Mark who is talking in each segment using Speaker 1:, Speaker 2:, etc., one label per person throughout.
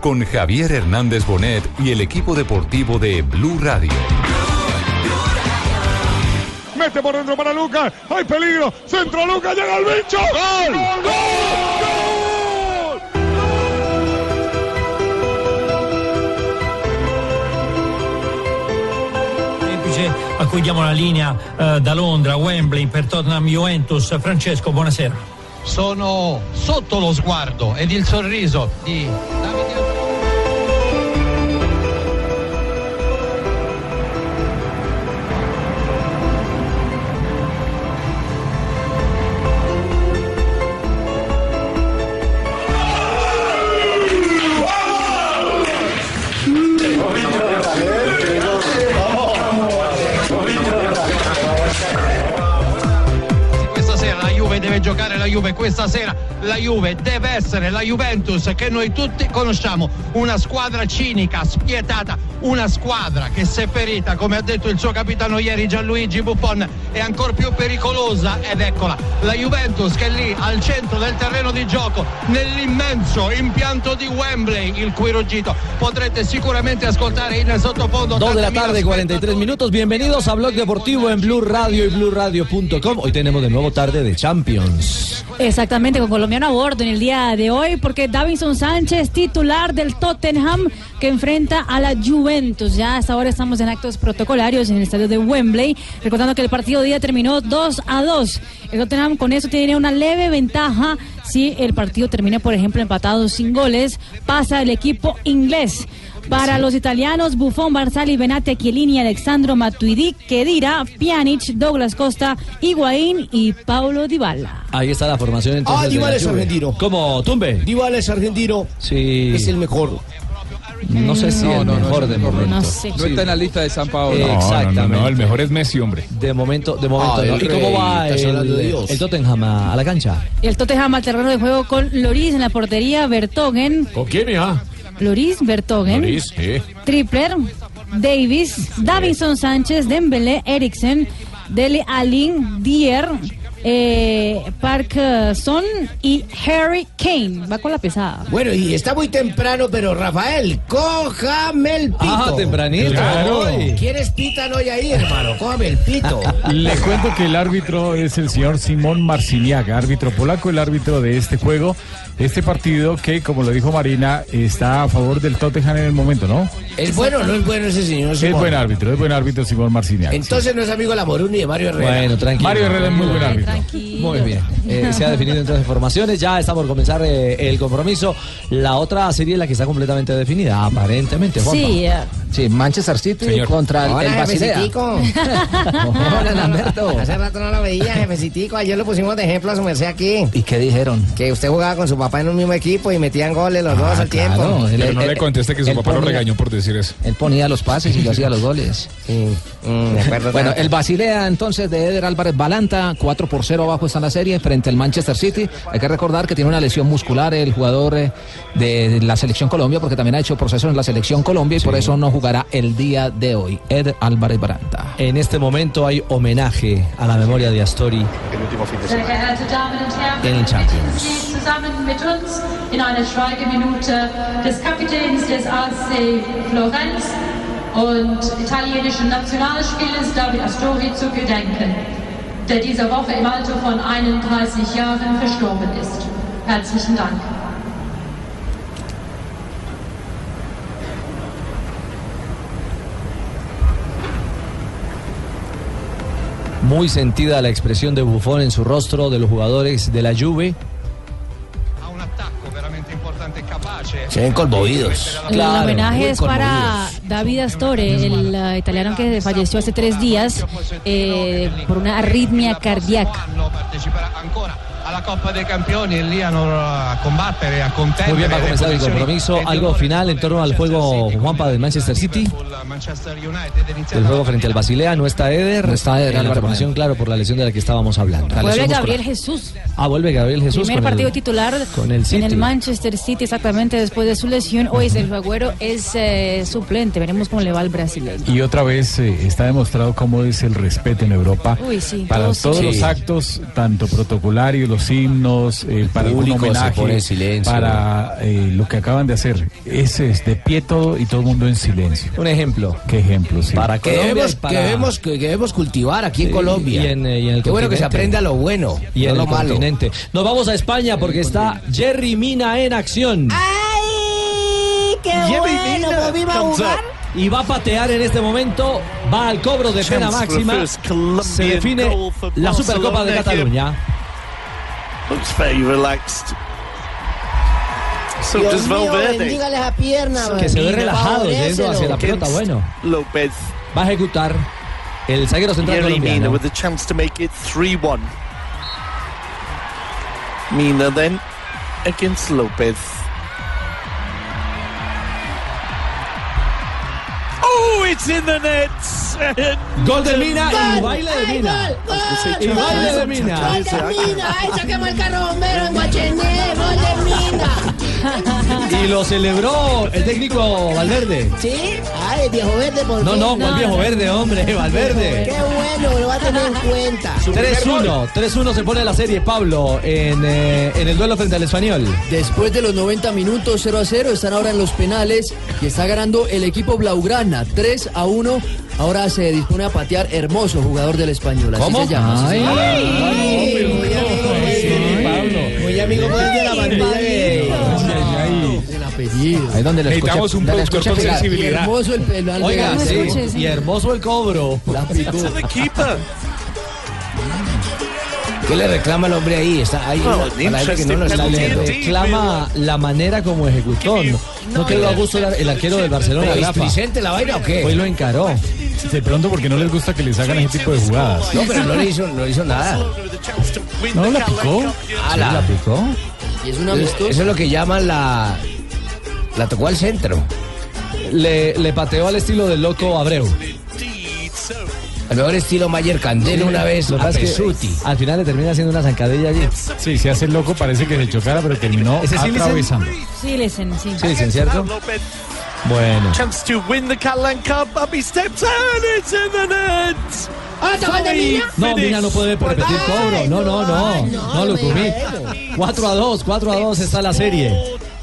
Speaker 1: con Javier Hernández Bonet y el equipo deportivo de Blue Radio.
Speaker 2: Mete por dentro para Lucas. Hay peligro. Centro Lucas. Llega el bicho. ¡Gol! ¡Gol! ¡Gol!
Speaker 3: semplice a cui diamo la linea eh, da Londra, Wembley per Tottenham Juventus. Francesco, buonasera.
Speaker 4: sono sotto lo sguardo ed il sorriso di Davide questa sera la Juve deve giocare la Juve questa sera la Juve deve essere la Juventus che noi tutti conosciamo una squadra cinica spietata una squadra che se ferita come ha detto il suo capitano ieri Gianluigi Buffon è ancora più pericolosa ed eccola la Juventus che è lì al centro del terreno di gioco nell'immenso impianto di Wembley il cui ruggito potrete sicuramente ascoltare in sottofondo
Speaker 5: 2 de la
Speaker 4: 80.000
Speaker 5: tarde, 43 minutos. Bienvenidos a Blog Deportivo en Blue Radio y BlueRadio.com. Hoy tenemos de nuevo tarde de Champions.
Speaker 6: Exactamente, con colombiano a bordo en el día de hoy, porque Davinson Sánchez, titular del Tottenham, que enfrenta a la Juventus. Ya hasta ahora estamos en actos protocolarios en el estadio de Wembley, recordando que el partido de día terminó 2 a 2. El Tottenham con eso tiene una leve ventaja. Si el partido termina, por ejemplo, empatado sin goles, pasa el equipo inglés. Para los italianos, Buffon, Barzali, Benate, Chiellini, Alexandro Matuidi, Kedira, Pjanic, Douglas Costa, Higuaín y Paulo Dybala.
Speaker 5: Ahí está la formación
Speaker 7: Ah,
Speaker 5: entonces. de
Speaker 7: Dybala
Speaker 5: la
Speaker 7: es
Speaker 5: Juve.
Speaker 7: argentino.
Speaker 5: ¿Cómo? ¿Tumbe?
Speaker 7: Dybala es argentino.
Speaker 5: Sí.
Speaker 7: Es el mejor.
Speaker 5: No sé si el mejor de momento.
Speaker 6: No sé.
Speaker 8: No está en la lista de San Paolo.
Speaker 5: Eh, Exactamente.
Speaker 2: mejor es Messi, hombre.
Speaker 5: De momento, de momento.
Speaker 7: Ah,
Speaker 5: no.
Speaker 7: el
Speaker 5: ¿Y cómo
Speaker 7: rey,
Speaker 5: va
Speaker 7: estás hablando de
Speaker 5: el,
Speaker 7: Dios.
Speaker 5: el Tottenham a, a la cancha?
Speaker 6: Y el Tottenham al terreno de juego con Loris en la portería, Bertogen,
Speaker 2: ¿Con quién, hija?
Speaker 6: Loris,
Speaker 9: ¿Eh?
Speaker 6: Bertogen, Tripler, Davis, Davison Sánchez, Dembélé, Eriksen, Dele Alin, Dier, eh, Parkinson y Harry Kane. Va con la pesada.
Speaker 7: Bueno, y está muy temprano, pero Rafael, cójame el pito.
Speaker 5: Ah, tempranito.
Speaker 2: Claro.
Speaker 5: hoy.
Speaker 7: ¿Quién es Titan hoy ahí, hermano? Cójame el pito.
Speaker 2: Le cuento que el árbitro es el señor Simón Marciniaga, árbitro polaco, el árbitro de este juego, este partido que, como lo dijo Marina, está a favor del Tottenham en el momento, ¿no?
Speaker 7: ¿Es bueno o no es bueno ese señor?
Speaker 2: Es
Speaker 7: Simón?
Speaker 2: buen árbitro, es buen árbitro Simón Marciniaga.
Speaker 7: Entonces no es amigo de la Moruni de Mario Herrera.
Speaker 5: Bueno, tranquilo.
Speaker 2: Mario Herrera es muy buen árbitro.
Speaker 6: Tranquilo.
Speaker 5: Muy bien. Eh, se ha definido entonces formaciones. Ya está por comenzar eh, el compromiso. La otra serie es la que está completamente definida, aparentemente. Juanpa.
Speaker 6: Sí, eh,
Speaker 5: Sí, Manchester City contra
Speaker 7: Hola, jefecitico.
Speaker 5: Hola, Lamberto.
Speaker 7: Hace rato no lo veía, jefecitico. Ayer lo pusimos de ejemplo a su merced aquí.
Speaker 5: ¿Y qué dijeron?
Speaker 7: Que usted jugaba con su papá en un mismo equipo y metían goles
Speaker 5: Ah,
Speaker 7: los dos al tiempo.
Speaker 5: él,
Speaker 8: no
Speaker 5: él-
Speaker 8: le conteste que su
Speaker 5: él
Speaker 8: papá lo
Speaker 5: ponía-
Speaker 8: regañó por decir eso.
Speaker 5: Él ponía los pases y yo hacía los goles.
Speaker 7: Sí, mm, de acuerdo.
Speaker 5: Bueno,
Speaker 7: tanto.
Speaker 5: el Basilea entonces de Eder Álvarez Balanta, 4 por 0 abajo está en la serie frente al Manchester City. Hay que recordar que tiene una lesión muscular el jugador eh, de la selección Colombia porque también ha hecho proceso en la selección Colombia y por eso no jugará el día de hoy. Eder Álvarez Balanta. En este momento hay homenaje a la memoria de Astori
Speaker 10: Sehr geehrte Damen und Herren,
Speaker 5: En el Champions.
Speaker 10: Sie zusammen mit uns in einer Schweigeminute des Kapitäns des AC Florenz und italienischen Nationalspielers David Astori zu gedenken, der diese Woche im Alter von 31 Jahren verstorben ist. Herzlichen Dank.
Speaker 5: Muy sentida la expresión de Bufón en su rostro de los jugadores de la Juve.
Speaker 4: ha un attacco veramente importante e capace
Speaker 7: Se ven conmovidos.
Speaker 6: el
Speaker 5: Claro,
Speaker 6: homenaje
Speaker 5: muy
Speaker 6: es para
Speaker 5: conmovidos.
Speaker 6: David Astore, el eh, italiano que falleció hace tres días eh, por una arritmia cardíaca.
Speaker 11: alla Coppa dei Campioni e lì a a combattere, a contendere.
Speaker 5: Muy bien, va a
Speaker 11: le
Speaker 5: comenzar el
Speaker 11: posizioni
Speaker 5: compromiso. Algo final en torno al juego Juanpa del Manchester City.
Speaker 11: Manchester United iniziata
Speaker 5: El juego frente al Basilea. No está Eder. No está
Speaker 8: Eder,
Speaker 5: En la
Speaker 8: Álvaro
Speaker 5: preparación, claro, por la lesión de la que estábamos hablando.
Speaker 6: Vuelve Gabriel Jesús.
Speaker 5: Ah, vuelve Gabriel Jesús.
Speaker 6: Primer
Speaker 5: con el-
Speaker 6: partido titular
Speaker 5: con el
Speaker 6: en
Speaker 5: City.
Speaker 6: el Manchester City, exactamente después de su lesión. Hoy es el Agüero es eh, suplente. Veremos cómo le va al brasileño.
Speaker 2: Y otra vez eh, está demostrado cómo es el respeto en Europa
Speaker 6: Uy, sí.
Speaker 2: para
Speaker 6: todos-
Speaker 2: todos
Speaker 6: sí.
Speaker 2: los actos, tanto protocolarios, los himnos, eh, para algún
Speaker 12: público se
Speaker 2: homenaje,
Speaker 12: pone en silencio.
Speaker 2: para eh, lo que acaban de hacer. Ese es de pie todo y todo el mundo en silencio.
Speaker 5: Un ejemplo.
Speaker 2: ¿Qué ejemplo? Sí.
Speaker 5: Para
Speaker 4: Que
Speaker 5: Colombia
Speaker 4: debemos,
Speaker 5: y para-
Speaker 4: que debemos- que debemos cultivar aquí en
Speaker 5: Sí,
Speaker 4: Colombia.
Speaker 5: y en, eh, y en el
Speaker 4: Qué bueno que se
Speaker 5: continente.
Speaker 4: aprenda lo bueno
Speaker 5: Y
Speaker 4: no
Speaker 5: en
Speaker 4: lo
Speaker 5: el
Speaker 4: malo.
Speaker 5: continente. Nos vamos a España porque está Jerry Mina en acción.
Speaker 4: Ah,
Speaker 13: ¡Ay! Ah, ¡Qué bueno! Volví a jugar.
Speaker 5: Y va a patear en este momento, va al cobro de pena
Speaker 14: Chance for
Speaker 5: máxima.
Speaker 14: a first Colombian
Speaker 5: Se define
Speaker 14: goal for
Speaker 5: la Supercopa
Speaker 14: Barcelona
Speaker 5: de
Speaker 14: here.
Speaker 5: Cataluña.
Speaker 14: Looks very relaxed. So
Speaker 13: Dios
Speaker 14: does
Speaker 13: mío,
Speaker 14: Valverde.
Speaker 13: bendígale esa pierna,
Speaker 5: Que se ¿eh? ve
Speaker 13: bendito,
Speaker 5: relajado yendo hacia Ah, la
Speaker 13: favorécelo.
Speaker 5: pelota. Bueno,
Speaker 14: López.
Speaker 5: va a ejecutar el zaguero central
Speaker 14: Yerry Mina
Speaker 5: colombiano.
Speaker 14: with a chance to make it 3-1. Mina then against Lopez. Oh, it's in the net.
Speaker 5: Gol de Mina y
Speaker 13: ¡Gol!
Speaker 5: baile de
Speaker 13: ¡Ay,
Speaker 5: Mina.
Speaker 13: gol! ¡Gol!
Speaker 5: Y baile de
Speaker 13: ¡Gol! ¡Gol
Speaker 5: Mina.
Speaker 13: de Mina! ¡Ay, saquemos el carro bombero en Guachené! ¡Gol de Mina!
Speaker 5: Y lo celebró el técnico Valverde.
Speaker 13: ¿Sí? ¡Ay, viejo verde, por
Speaker 5: No,
Speaker 13: fin.
Speaker 5: no, cuál viejo verde, hombre,
Speaker 13: ¡Qué
Speaker 5: Valverde.
Speaker 13: bueno! Lo va a tener en cuenta.
Speaker 5: 3-1, 3-1 se pone la serie, Pablo, en, eh, en el duelo frente al español.
Speaker 15: Después de los 90 minutos 0 a 0, están ahora en los penales y está ganando el equipo Blaugrana 3 a 1. Ahora se dispone a patear hermoso jugador del español. Así
Speaker 5: ¿Cómo?
Speaker 15: se llama. así se llama.
Speaker 4: Muy amigo
Speaker 5: eh?
Speaker 4: pues, de la bandera de-
Speaker 15: Ahí donde
Speaker 4: la Necesitamos escucha- un la productor escucha con pegar. sensibilidad.
Speaker 15: Y hermoso el penal.
Speaker 5: Oiga,
Speaker 15: pegado.
Speaker 5: sí, y hermoso el cobro.
Speaker 4: ¿Qué le reclama el hombre ahí? Está ahí.
Speaker 5: No,
Speaker 4: para la gente que no lo está
Speaker 5: le
Speaker 4: viendo.
Speaker 5: reclama la manera como ejecutó. No, no quedó a gusto el, ar- el arquero del Barcelona.
Speaker 2: ¿Pero
Speaker 5: Rafa.
Speaker 2: displicente la vaina o qué?
Speaker 5: Hoy lo encaró.
Speaker 2: De pronto porque no les gusta que les hagan ese tipo de jugadas.
Speaker 4: No, pero no le hizo, no le hizo nada.
Speaker 2: ¿No la picó?
Speaker 4: Ala.
Speaker 2: ¿Sí la
Speaker 5: picó?
Speaker 4: Y es
Speaker 5: un
Speaker 4: Eso
Speaker 5: amistoso.
Speaker 4: es lo que llaman la. La tocó al centro.
Speaker 5: Le, le pateó al estilo del loco Abreu.
Speaker 4: Al mejor estilo Mayer Candelo una vez
Speaker 5: Lo que
Speaker 4: a
Speaker 5: pasa es que
Speaker 4: Pesuti.
Speaker 5: al final le termina haciendo una zancadilla allí.
Speaker 2: Sí, se hace loco, parece que se chocara, pero terminó
Speaker 5: ¿Ese sí, Licen?
Speaker 2: atravesando.
Speaker 6: Sí, listen, sí.
Speaker 5: Sí, dicen, ¿cierto? Bueno.
Speaker 14: Chance to win the Catalan Cup. Up he steps and it's in the net.
Speaker 5: ¿Ah,
Speaker 14: Fully
Speaker 5: No, Mina no
Speaker 14: finished.
Speaker 5: puede repetir cobro. No, no, no. No, lo comí. 4 a 2, 4 a 2 está la serie.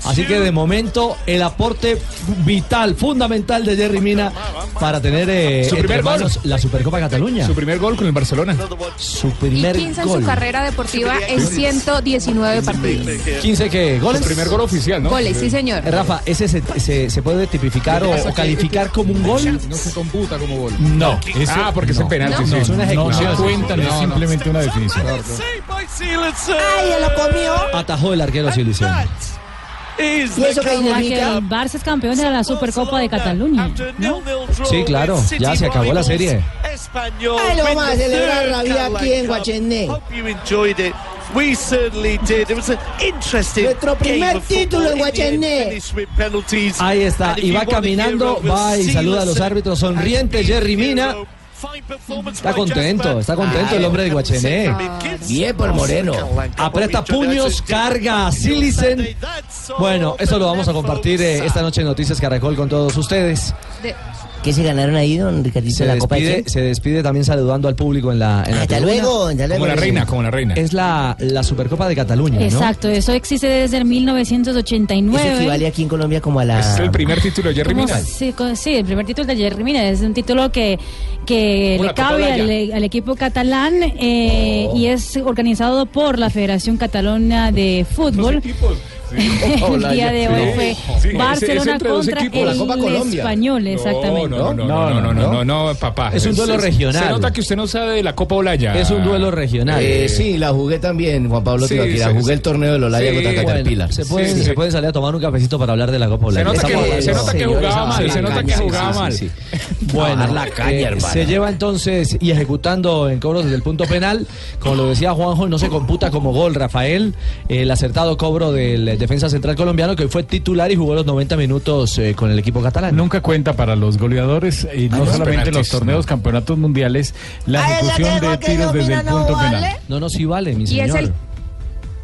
Speaker 5: Así que de momento el aporte vital, fundamental de Jerry Mina para tener eh,
Speaker 9: Su
Speaker 5: entre
Speaker 9: primer gol.
Speaker 5: manos la Supercopa Cataluña.
Speaker 9: Su primer gol con el Barcelona.
Speaker 5: Su
Speaker 16: Y
Speaker 5: primer
Speaker 16: 15 en
Speaker 5: gol.
Speaker 16: su carrera deportiva es 119 partidos.
Speaker 5: 15 que goles. Eh,
Speaker 9: Su primer gol oficial, ¿no?
Speaker 16: Goles, sí, señor.
Speaker 5: Rafa, ¿ese se, se- se puede tipificar o, o calificar como un gol?
Speaker 9: No se computa como gol.
Speaker 2: No.
Speaker 9: ah, porque es el penalti.
Speaker 2: No,
Speaker 9: sí.
Speaker 2: es una ejecución. No, cuentan,
Speaker 9: No,
Speaker 2: es
Speaker 9: no.
Speaker 2: simplemente una definición.
Speaker 13: ¡Ay, lo comió!
Speaker 5: Atajó el arquero Silicen.
Speaker 13: ¿Y eso qué significa?
Speaker 6: El Barça es campeón de la Supercopa de Cataluña. ¿no?
Speaker 5: Sí, claro, ya se acabó la serie.
Speaker 13: ¡Ay, lo vamos a celebrar la vida aquí en Guachené!
Speaker 14: You enjoyed it. We certainly did. It was an interesting
Speaker 13: Nuestro primer
Speaker 14: game of football.
Speaker 13: título en
Speaker 14: In the end,
Speaker 13: Guachené.
Speaker 14: finished with penalties.
Speaker 5: Ahí está,
Speaker 14: And if
Speaker 5: y
Speaker 14: you
Speaker 5: va
Speaker 14: want a hero,
Speaker 5: caminando,
Speaker 14: we'll
Speaker 5: va y
Speaker 14: see
Speaker 5: saluda a los
Speaker 14: Lucero.
Speaker 5: árbitros, sonriente Jerry Mina. Está contento, está contento el hombre de Guachené.
Speaker 4: Bien por Moreno.
Speaker 5: Apreta puños, carga a Silicen. Bueno, eso lo vamos a compartir eh, esta noche en Noticias Caracol con todos ustedes.
Speaker 7: ¿Qué se ganaron ahí, don Ricardito?
Speaker 5: Se
Speaker 7: la Copa de
Speaker 5: despide,
Speaker 7: Quién?
Speaker 5: se despide también saludando al público en la. En la
Speaker 7: Hasta
Speaker 5: tribuna.
Speaker 7: luego, hasta luego, Como la reina,
Speaker 5: como la reina. Es la, la Supercopa de Cataluña, ¿no?
Speaker 6: Exacto, eso existe desde
Speaker 7: Eso
Speaker 6: 1989.
Speaker 7: equivale aquí en Colombia como a la...
Speaker 9: Es el primer título de Jerry
Speaker 6: Como
Speaker 9: Mina.
Speaker 6: Sí, co- sí, el primer título de Jerry Mina es un título que, que
Speaker 9: Una
Speaker 6: le cabe al, e,
Speaker 9: atalaya.
Speaker 6: al equipo catalán eh, y es organizado por la Federación Catalana de Fútbol.
Speaker 4: Oh,
Speaker 6: el día de hoy fue Barcelona contra el español, exactamente.
Speaker 17: No, no, no, no, no, no, no, papá.
Speaker 5: Es un duelo
Speaker 17: Se-
Speaker 5: regional.
Speaker 17: Se nota que usted no sabe de la Copa Olaya.
Speaker 5: Es un duelo regional.
Speaker 17: Eh,
Speaker 4: Eh, sí, la jugué también, Juan Pablo
Speaker 17: Sí,
Speaker 4: Tibaquira.
Speaker 17: sí,
Speaker 4: jugué
Speaker 17: sí.
Speaker 4: el torneo de Lolaya
Speaker 17: Sí,
Speaker 4: contra
Speaker 17: bueno,
Speaker 4: Caterpillar.
Speaker 5: Se pueden,
Speaker 4: Sí, sí.
Speaker 5: se pueden salir a tomar un cafecito para hablar de la Copa Holanda.
Speaker 4: nota que-
Speaker 5: Estamos-
Speaker 4: se nota que
Speaker 5: señores,
Speaker 4: jugaba mal,
Speaker 5: estamos
Speaker 4: se
Speaker 5: hablando
Speaker 4: nota
Speaker 5: de
Speaker 4: que
Speaker 5: caña,
Speaker 4: jugaba mal.
Speaker 5: Bueno,
Speaker 4: Bajar la caña,
Speaker 5: eh,
Speaker 4: hermano.
Speaker 5: se lleva entonces y ejecutando en cobros desde el punto penal, como lo decía Juanjo, no se computa como gol Rafael, el acertado cobro del defensa central colombiano que hoy fue titular y jugó los 90 minutos eh, con el equipo catalán. Ah,
Speaker 2: Nunca cuenta para los goleadores, y no
Speaker 5: los
Speaker 2: solamente
Speaker 5: penaltis,
Speaker 2: los torneos, campeonatos mundiales, la
Speaker 16: Ah, ese
Speaker 2: ejecución
Speaker 16: tema
Speaker 2: de
Speaker 16: que
Speaker 2: tiros desde el
Speaker 16: domina no
Speaker 2: punto
Speaker 16: vale.
Speaker 2: penal.
Speaker 5: No, no, sí vale, mi
Speaker 16: Y es el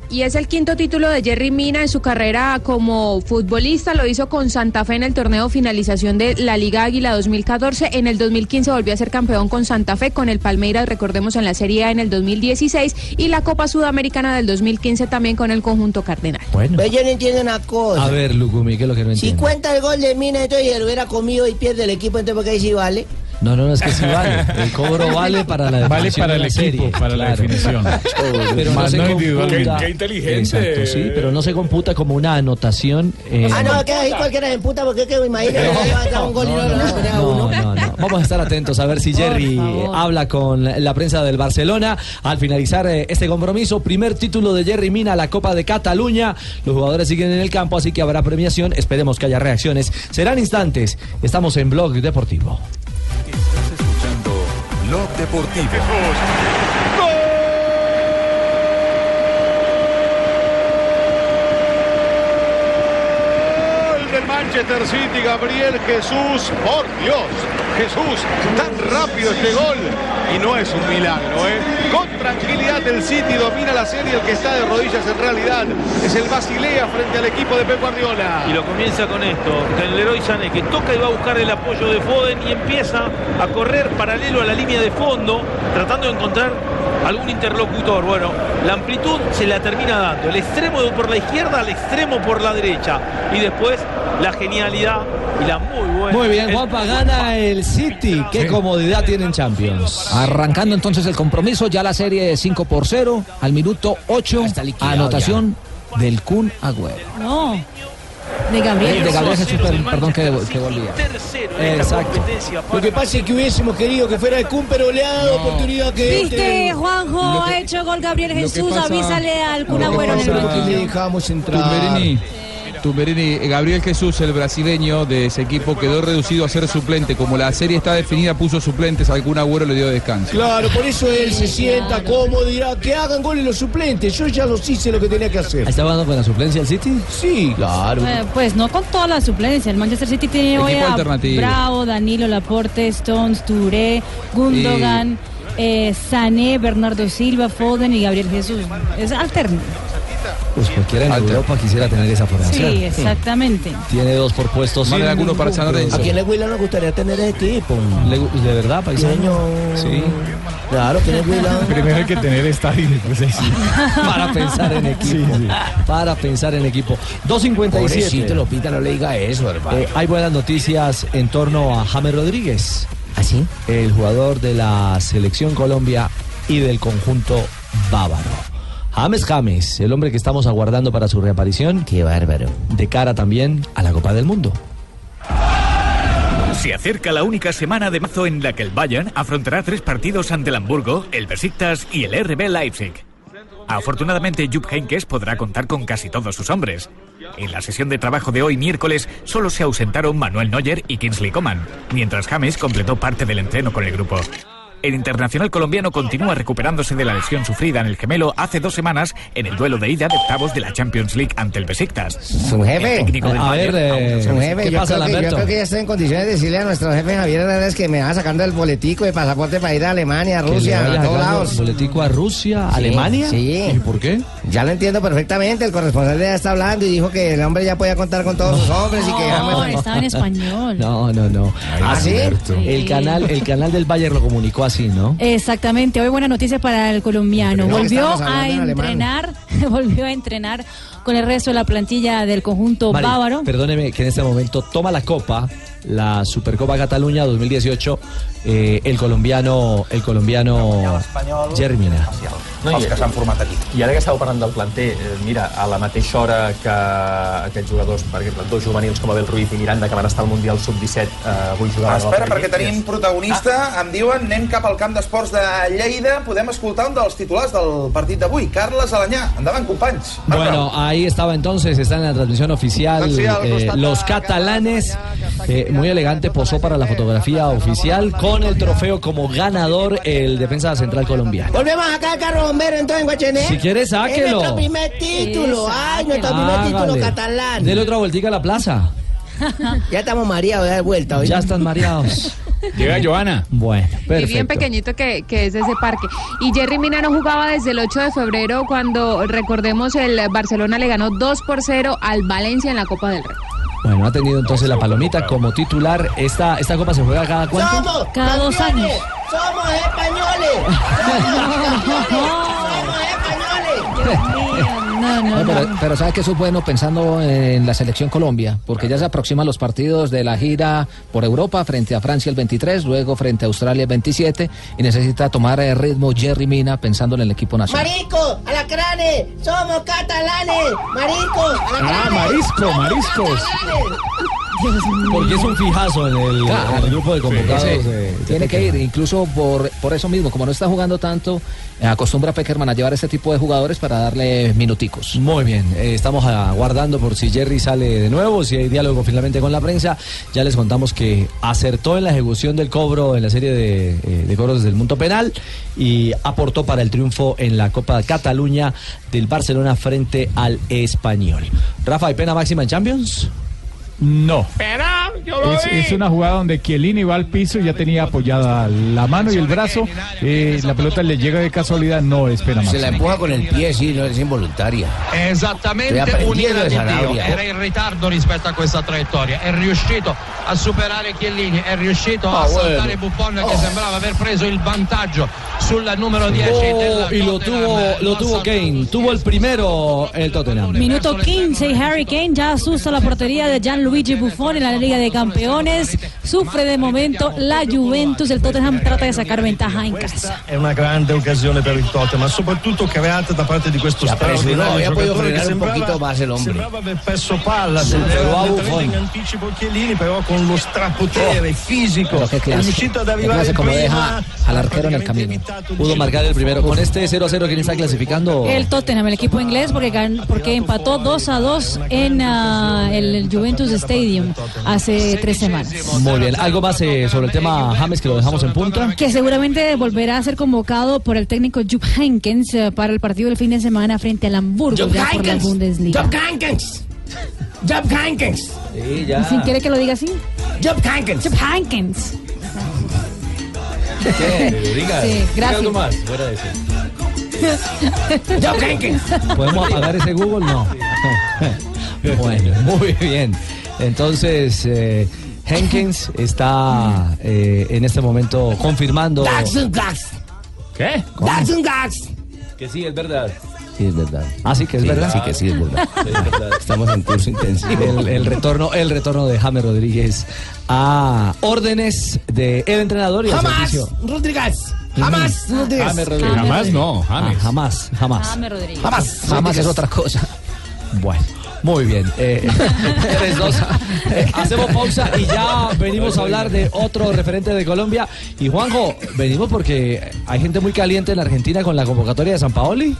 Speaker 16: Y es el quinto título de Jerry Mina en su carrera como futbolista. Lo hizo con Santa Fe en el torneo finalización de la Liga Águila 2014. En el 2015 volvió a ser campeón con Santa Fe, con el Palmeiras, recordemos, en la Serie A en el 2016 y la Copa Sudamericana del 2015 también con el conjunto cardenal.
Speaker 5: Bueno.
Speaker 7: Pues yo no entiendo una cosa.
Speaker 5: A ver, Lugumi, ¿qué es lo que no
Speaker 7: Si
Speaker 5: entiendo?
Speaker 7: cuenta el gol de Mina, entonces se lo hubiera comido y pierde el equipo, entonces porque ahí sí vale.
Speaker 5: No, no, no, es que sí vale. El cobro vale para la
Speaker 2: Vale
Speaker 5: definición
Speaker 2: para
Speaker 5: de
Speaker 2: el
Speaker 5: la
Speaker 2: equipo,
Speaker 5: serie,
Speaker 2: para la definición.
Speaker 5: Pero no
Speaker 2: Más
Speaker 5: se
Speaker 2: no individualmente.
Speaker 5: computa.
Speaker 2: Qué- qué inteligente.
Speaker 5: Exacto, sí, pero no se computa como una anotación. eh,
Speaker 7: ah, no, que ahí cualquiera se puta porque es que me imagino que le va a dar un gol y no le van a poner a uno.
Speaker 5: No, no, no. Vamos a estar atentos a ver si Jerry eh, habla con la la prensa del Barcelona al finalizar eh, este compromiso. Primer título de Jerry Mina, la Copa de Cataluña. Los jugadores siguen en el campo, así que habrá premiación. Esperemos que haya reacciones. Serán instantes. Estamos en Blog Deportivo.
Speaker 1: Blog Deportivo.
Speaker 12: Gol del Manchester City, Gabriel Jesús. Por Dios, Jesús, tan rápido este gol. Y no es un milagro, ¿eh? Con tranquilidad el City domina la serie. El que está de rodillas en realidad es el Basilea frente al equipo de Pep Guardiola.
Speaker 18: Y lo comienza con esto, con Leroy Sané, que toca y va a buscar el apoyo de Foden y empieza a correr paralelo a la línea de fondo, tratando de encontrar algún interlocutor. Bueno, la amplitud se la termina dando, el extremo por la izquierda al extremo por la derecha. Y después la genialidad y la muy buena.
Speaker 5: Muy bien, Juanpa gana el City. Qué comodidad tienen Champions.
Speaker 8: Arrancando entonces el compromiso, ya la serie 5 por 0, al minuto 8, anotación del Kun Agüero.
Speaker 6: No. De Gabriel. eh,
Speaker 8: De Gabriel Jesús, per- perdón que, que volvía.
Speaker 6: Exacto.
Speaker 4: Lo que pasa es que hubiésemos querido que fuera el Kun, pero le ha dado oportunidad que.
Speaker 6: Viste, Juanjo, ha hecho gol Gabriel
Speaker 4: lo que
Speaker 6: Jesús,
Speaker 4: pasa-
Speaker 6: avísale al Kun
Speaker 4: lo que
Speaker 6: Agüero en el
Speaker 4: pasa-
Speaker 6: banquillo.
Speaker 4: dejamos
Speaker 19: Tumberini. Tumberini, Gabriel Jesús, el brasileño de ese equipo, quedó reducido a ser suplente. Como la serie está definida, puso suplentes, algún agüero le dio descanso.
Speaker 4: Claro, por eso él se sienta cómodo y dirá que hagan goles los suplentes. Yo ya los hice lo que tenía que hacer.
Speaker 5: ¿Está jugando con la suplencia el City?
Speaker 4: Sí, claro.
Speaker 6: Eh, pues no con toda la suplencia. El Manchester City tiene
Speaker 5: Equipo
Speaker 6: hoy a
Speaker 5: alternativo.
Speaker 6: Bravo, Danilo, Laporte, Stones, Touré, Gundogan, eh, Sané, Bernardo Silva, Foden y Gabriel Jesús. Es alterno.
Speaker 5: Pues cualquiera en Europa quisiera tener esa formación.
Speaker 6: Sí, exactamente.
Speaker 5: Tiene dos por puesto.
Speaker 19: Mándale
Speaker 5: sin
Speaker 19: alguno para
Speaker 5: ningún
Speaker 19: San Lorenzo.
Speaker 5: compromiso.
Speaker 7: ¿A quién le Huila nos gustaría tener el equipo?
Speaker 5: Le- ¿De verdad, paisano? Sí.
Speaker 7: Claro, ¿quién es Huila?
Speaker 2: Primero hay que tener estadio y después ahí sí.
Speaker 5: Para pensar en equipo. Para pensar en equipo. 2.57.
Speaker 2: Pobrecito,
Speaker 5: Lopita, no le diga Ah, eso, hermano.
Speaker 4: Eh.
Speaker 5: Eh, hay buenas noticias en torno a James Rodríguez.
Speaker 7: ¿Así?
Speaker 5: El jugador de la selección Colombia y del conjunto bávaro. James James, el hombre que estamos aguardando para su reaparición. Qué bárbaro. De cara también a la Copa del Mundo.
Speaker 20: Se acerca la única semana de marzo en la que el Bayern afrontará tres partidos ante el Hamburgo, el Besiktas y el RB Leipzig. Afortunadamente, Jupp Heynckes podrá contar con casi todos sus hombres. En la sesión de trabajo de hoy miércoles solo se ausentaron Manuel Neuer y Kingsley Coman, mientras James completó parte del entreno con el grupo. El internacional colombiano continúa recuperándose de la lesión sufrida en el gemelo hace dos semanas en el duelo de ida de octavos de la Champions League ante el Besiktas.
Speaker 5: Su jefe.
Speaker 20: El técnico del
Speaker 5: A ver,
Speaker 20: Bayern,
Speaker 5: eh,
Speaker 20: aún no
Speaker 5: su
Speaker 7: Don
Speaker 20: sabe
Speaker 7: jefe, yo, creo que, yo creo que ya estoy en condiciones de decirle a nuestro jefe Javier Hernández que me va sacando el boletico de pasaporte para ir a Alemania, a
Speaker 5: Que le
Speaker 7: Rusia,
Speaker 5: vaya
Speaker 7: a todos
Speaker 5: sacando
Speaker 7: lados.
Speaker 5: el Boletico a Rusia, a
Speaker 7: Sí,
Speaker 5: Alemania.
Speaker 7: sí.
Speaker 5: ¿Y por qué?
Speaker 7: Ya lo entiendo perfectamente, el corresponsal ya está hablando y dijo que el hombre ya podía contar con todos sus hombres y que ya
Speaker 6: No,
Speaker 7: me-
Speaker 6: estaba en español.
Speaker 5: No, no, no.
Speaker 7: ¿Ah, sí?
Speaker 5: Alberto. El canal, el canal del Bayern lo comunicó así, ¿no?
Speaker 6: Exactamente, hoy buena noticia para el colombiano.
Speaker 5: Pero no,
Speaker 6: Volvió
Speaker 5: estábamos hablando
Speaker 6: a
Speaker 5: en alemán.
Speaker 6: entrenar, volvió a entrenar con el resto de la plantilla del conjunto
Speaker 5: Mari,
Speaker 6: bávaro.
Speaker 5: Perdóneme que en este momento toma la copa, la Supercopa Cataluña 2018, eh, el colombiano, el colombiano Jerry Mina.
Speaker 21: No,
Speaker 22: els
Speaker 21: i-
Speaker 22: que s'han format aquí.
Speaker 21: I ara que estàveu parlant del planter, eh, mira, a la mateixa hora que aquests jugadors, per exemple, dos juvenils com Abel Ruiz i Miranda, que van estar al Mundial Sub-17, eh,
Speaker 5: ah,
Speaker 21: avui jugaven...
Speaker 22: Espera, perquè tenim protagonista, em diuen, anem cap al camp d'esports de Lleida, podem escoltar un dels titulars del partit d'avui, Carles Alanyà. Endavant, companys.
Speaker 5: Bueno, ahí estaba entonces, está en la transmisión oficial.
Speaker 22: Oficial,
Speaker 5: eh,
Speaker 22: constata
Speaker 5: los catalanes, eh, muy elegante, posó para la fotografía oficial con el trofeo como ganador el defensa central colombiano.
Speaker 13: Volvemos acá al carro bombero entonces en Guachené.
Speaker 5: Si quiere,
Speaker 13: Es
Speaker 5: sáquelo.
Speaker 13: nuestro primer título.
Speaker 5: Sí,
Speaker 13: Ay, nuestro primer título
Speaker 5: Hágale.
Speaker 13: catalán.
Speaker 5: Dele otra vueltica a la plaza.
Speaker 13: Ya estamos mareados de vuelta hoy.
Speaker 5: Ya están mareados.
Speaker 9: Llega Joana.
Speaker 5: Bueno,
Speaker 16: Y bien
Speaker 5: perfecto.
Speaker 16: pequeñito que, que es ese parque. Y Jerry Mina no jugaba desde el 8 de febrero cuando, recordemos, el Barcelona le ganó 2 por 0 al Valencia en la Copa del Rey.
Speaker 5: Bueno, ha tenido entonces la palomita como titular. Esta, esta copa se juega cada cuánto?
Speaker 13: Somos campeones. Somos españoles. Somos
Speaker 6: Dios mío, No, no,
Speaker 8: No, pero,
Speaker 6: no.
Speaker 8: pero sabe que eso es bueno pensando en la selección Colombia, porque ya se aproximan los partidos de la gira por Europa frente a Francia el 23, luego frente a Australia el 27 y necesita tomar el ritmo Jerry Mina pensando en el equipo nacional.
Speaker 13: Marico, alacranes, somos catalanes. Marico, alacranes.
Speaker 5: Ah, marisco, mariscos. Porque es un fijazo en el, en el grupo de convocados.
Speaker 8: Sí, sí.
Speaker 5: eh, de
Speaker 8: Tiene que ir,
Speaker 5: Tecatito.
Speaker 8: incluso por, por eso mismo, como no está jugando tanto, eh, acostumbra Peckerman a llevar este tipo de jugadores para darle minuticos.
Speaker 5: Muy bien, eh, estamos aguardando por si Jerry sale de nuevo, si hay diálogo finalmente con la prensa. Ya les contamos que acertó en la ejecución del cobro en la serie de, eh, de cobros del mundo penal y aportó para el triunfo en la Copa de Cataluña del Barcelona frente al Español. Rafa, ¿hay pena máxima en Champions?
Speaker 2: No.
Speaker 14: Espera, yo lo
Speaker 2: Es,
Speaker 14: vi.
Speaker 2: es una jugada donde Chiellini va al piso y ya tenía apoyada la mano y el brazo. eh, la pelota le llega de casualidad, no espera más.
Speaker 11: Se la empuja con el pie,
Speaker 2: sí, no es involuntaria.
Speaker 11: Esattamente
Speaker 2: Stai
Speaker 11: un'ira
Speaker 2: apprendendo
Speaker 11: di
Speaker 2: da
Speaker 11: Dio.
Speaker 2: Sanabria.
Speaker 11: Era in ritardo rispetto a questa traiettoria. È riuscito a superare Chiellini, è riuscito a
Speaker 5: Ah, bueno. Oh.
Speaker 11: saltare Buffon che sembrava aver preso il vantaggio sul numero 10 della
Speaker 5: Oh, y lo tuvo, lo tuvo Kane, tuvo el primero el Tottenham.
Speaker 6: Minuto 15 y Harry Kane ya asusta la portería de Gianluigi Buffon en la Liga de Campeones. Sufre de momento la Juventus. El Tottenham trata de sacar ventaja en casa.
Speaker 17: È una grande occasione per il Tottenham, ma soprattutto creata da parte di questo
Speaker 7: preso di nuovo,
Speaker 17: straordinario
Speaker 7: e ha podido
Speaker 17: giocatore che
Speaker 7: frenare un poquito
Speaker 17: sembrava,
Speaker 7: más el hombre.
Speaker 17: sembrava aver perso palla,
Speaker 7: Sì,
Speaker 17: sembrava
Speaker 7: però a
Speaker 17: letteralmente
Speaker 7: Buffon.
Speaker 17: in anticipo Chiellini, però con lo
Speaker 7: Oh.
Speaker 17: strapotere fisico
Speaker 8: Pero qué
Speaker 17: è
Speaker 8: clase,
Speaker 17: riuscito ad
Speaker 8: qué
Speaker 17: arrivare
Speaker 8: clase como
Speaker 17: prima.
Speaker 8: deja al arquero en el camino.
Speaker 5: Pudo marcar el primero. Con este 0 a 0, ¿quién está clasificando?
Speaker 6: El Tottenham, el equipo inglés, porque, gan- porque empató 2 a 2 en ah, el, el Juventus Stadium hace tres semanas.
Speaker 5: Muy bien, algo más eh, sobre el tema James que lo dejamos en punta.
Speaker 6: Que seguramente volverá a ser convocado por el técnico Jupp Heynckes eh, para el partido del fin de semana frente al Hamburgo
Speaker 13: Jupp
Speaker 6: ya por la
Speaker 13: Heynckes.
Speaker 6: Bundesliga.
Speaker 13: Jupp Heynckes. Job Hankins.
Speaker 5: Sí,
Speaker 6: ¿Sí ¿Quiere que lo diga así?
Speaker 13: Job Hankins.
Speaker 6: Jupp Heynckes. Eh,
Speaker 5: ¿Qué? Diga,
Speaker 6: Sí,
Speaker 5: diga
Speaker 6: gracias.
Speaker 5: algo más, fuera de eso.
Speaker 13: Job Hankins.
Speaker 5: ¿Podemos apagar ese Google? No. bueno, muy bien. Entonces, eh, Jenkins está eh, en este momento confirmando.
Speaker 13: Daxon Dax.
Speaker 5: ¿Qué?
Speaker 13: Daxon Dax.
Speaker 5: Que sí, es verdad.
Speaker 7: Sí, es verdad.
Speaker 5: Ah, sí, que es
Speaker 7: Sí,
Speaker 5: verdad.
Speaker 7: sí, que sí, es verdad. Estamos en curso intensivo.
Speaker 5: El, el retorno, el retorno de James Rodríguez a órdenes del entrenador y al
Speaker 13: Jamás.
Speaker 5: servicio.
Speaker 13: Rodríguez. Jamás. Rodríguez.
Speaker 5: Jamás no, James. Ah, jamás, jamás.
Speaker 13: James Rodríguez.
Speaker 5: Jamás.
Speaker 8: Jamás es otra cosa.
Speaker 5: Bueno, muy bien. eh, tres, dos. Eh, hacemos pausa y ya venimos a hablar de otro referente de Colombia. Y Juanjo, venimos porque hay gente muy caliente en Argentina con la convocatoria de San Paoli.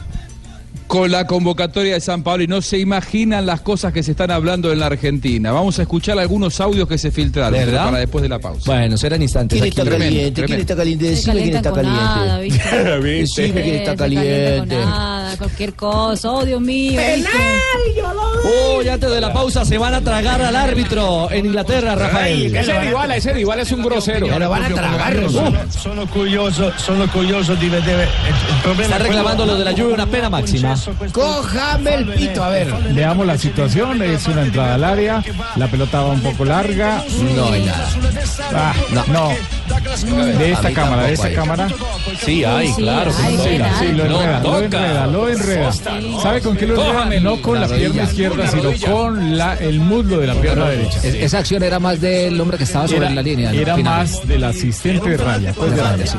Speaker 19: Con la convocatoria de San Pablo y no se imaginan las cosas que se están hablando en la Argentina. Vamos a escuchar algunos audios que se filtraron pero
Speaker 5: ¿Verdad?
Speaker 19: para después de la pausa.
Speaker 5: Bueno, serán instantes.
Speaker 19: aquí. Tremendo, tremendo.
Speaker 7: caliente?
Speaker 19: Decime quién está
Speaker 6: calientan con nada,
Speaker 7: caliente.
Speaker 6: ¿viste?
Speaker 7: ¿viste? Decime quién está
Speaker 6: Se calientan
Speaker 7: caliente.
Speaker 6: con nada, cualquier cosa. Oh, Dios mío.
Speaker 5: Oh, y antes de la pausa se van a tragar al árbitro en Inglaterra, Rafael.
Speaker 9: Ese Dybala, ese Dybala es un grosero.
Speaker 17: Sono, sono curioso, sono curioso di vedere
Speaker 14: eh,
Speaker 17: il problema.
Speaker 5: Sta reclamando lo della Juve una pena massima.
Speaker 7: Cójame el pito, a ver.
Speaker 2: Veamos la situación, es una entrada al área, la pelota va un poco larga.
Speaker 7: No hay nada.
Speaker 2: Ah, no. De esta cámara, de esta cámara.
Speaker 9: Sí, hay, Sí, claro, hay, sí, sí, hay.
Speaker 2: Sí, lo
Speaker 9: No
Speaker 2: enreda, lo
Speaker 9: toca.
Speaker 2: enreda, lo enreda. ¿Sabe con qué lo enreda?
Speaker 8: Cojan
Speaker 2: No con la
Speaker 8: la
Speaker 2: pierna
Speaker 8: rodilla.
Speaker 2: izquierda, sino con la, el muslo de la pierna derecha.
Speaker 8: Es- esa acción era más del hombre que estaba sobre
Speaker 2: Era-
Speaker 8: la línea.
Speaker 2: era más del asistente de raya.
Speaker 8: Pues de raya, sí.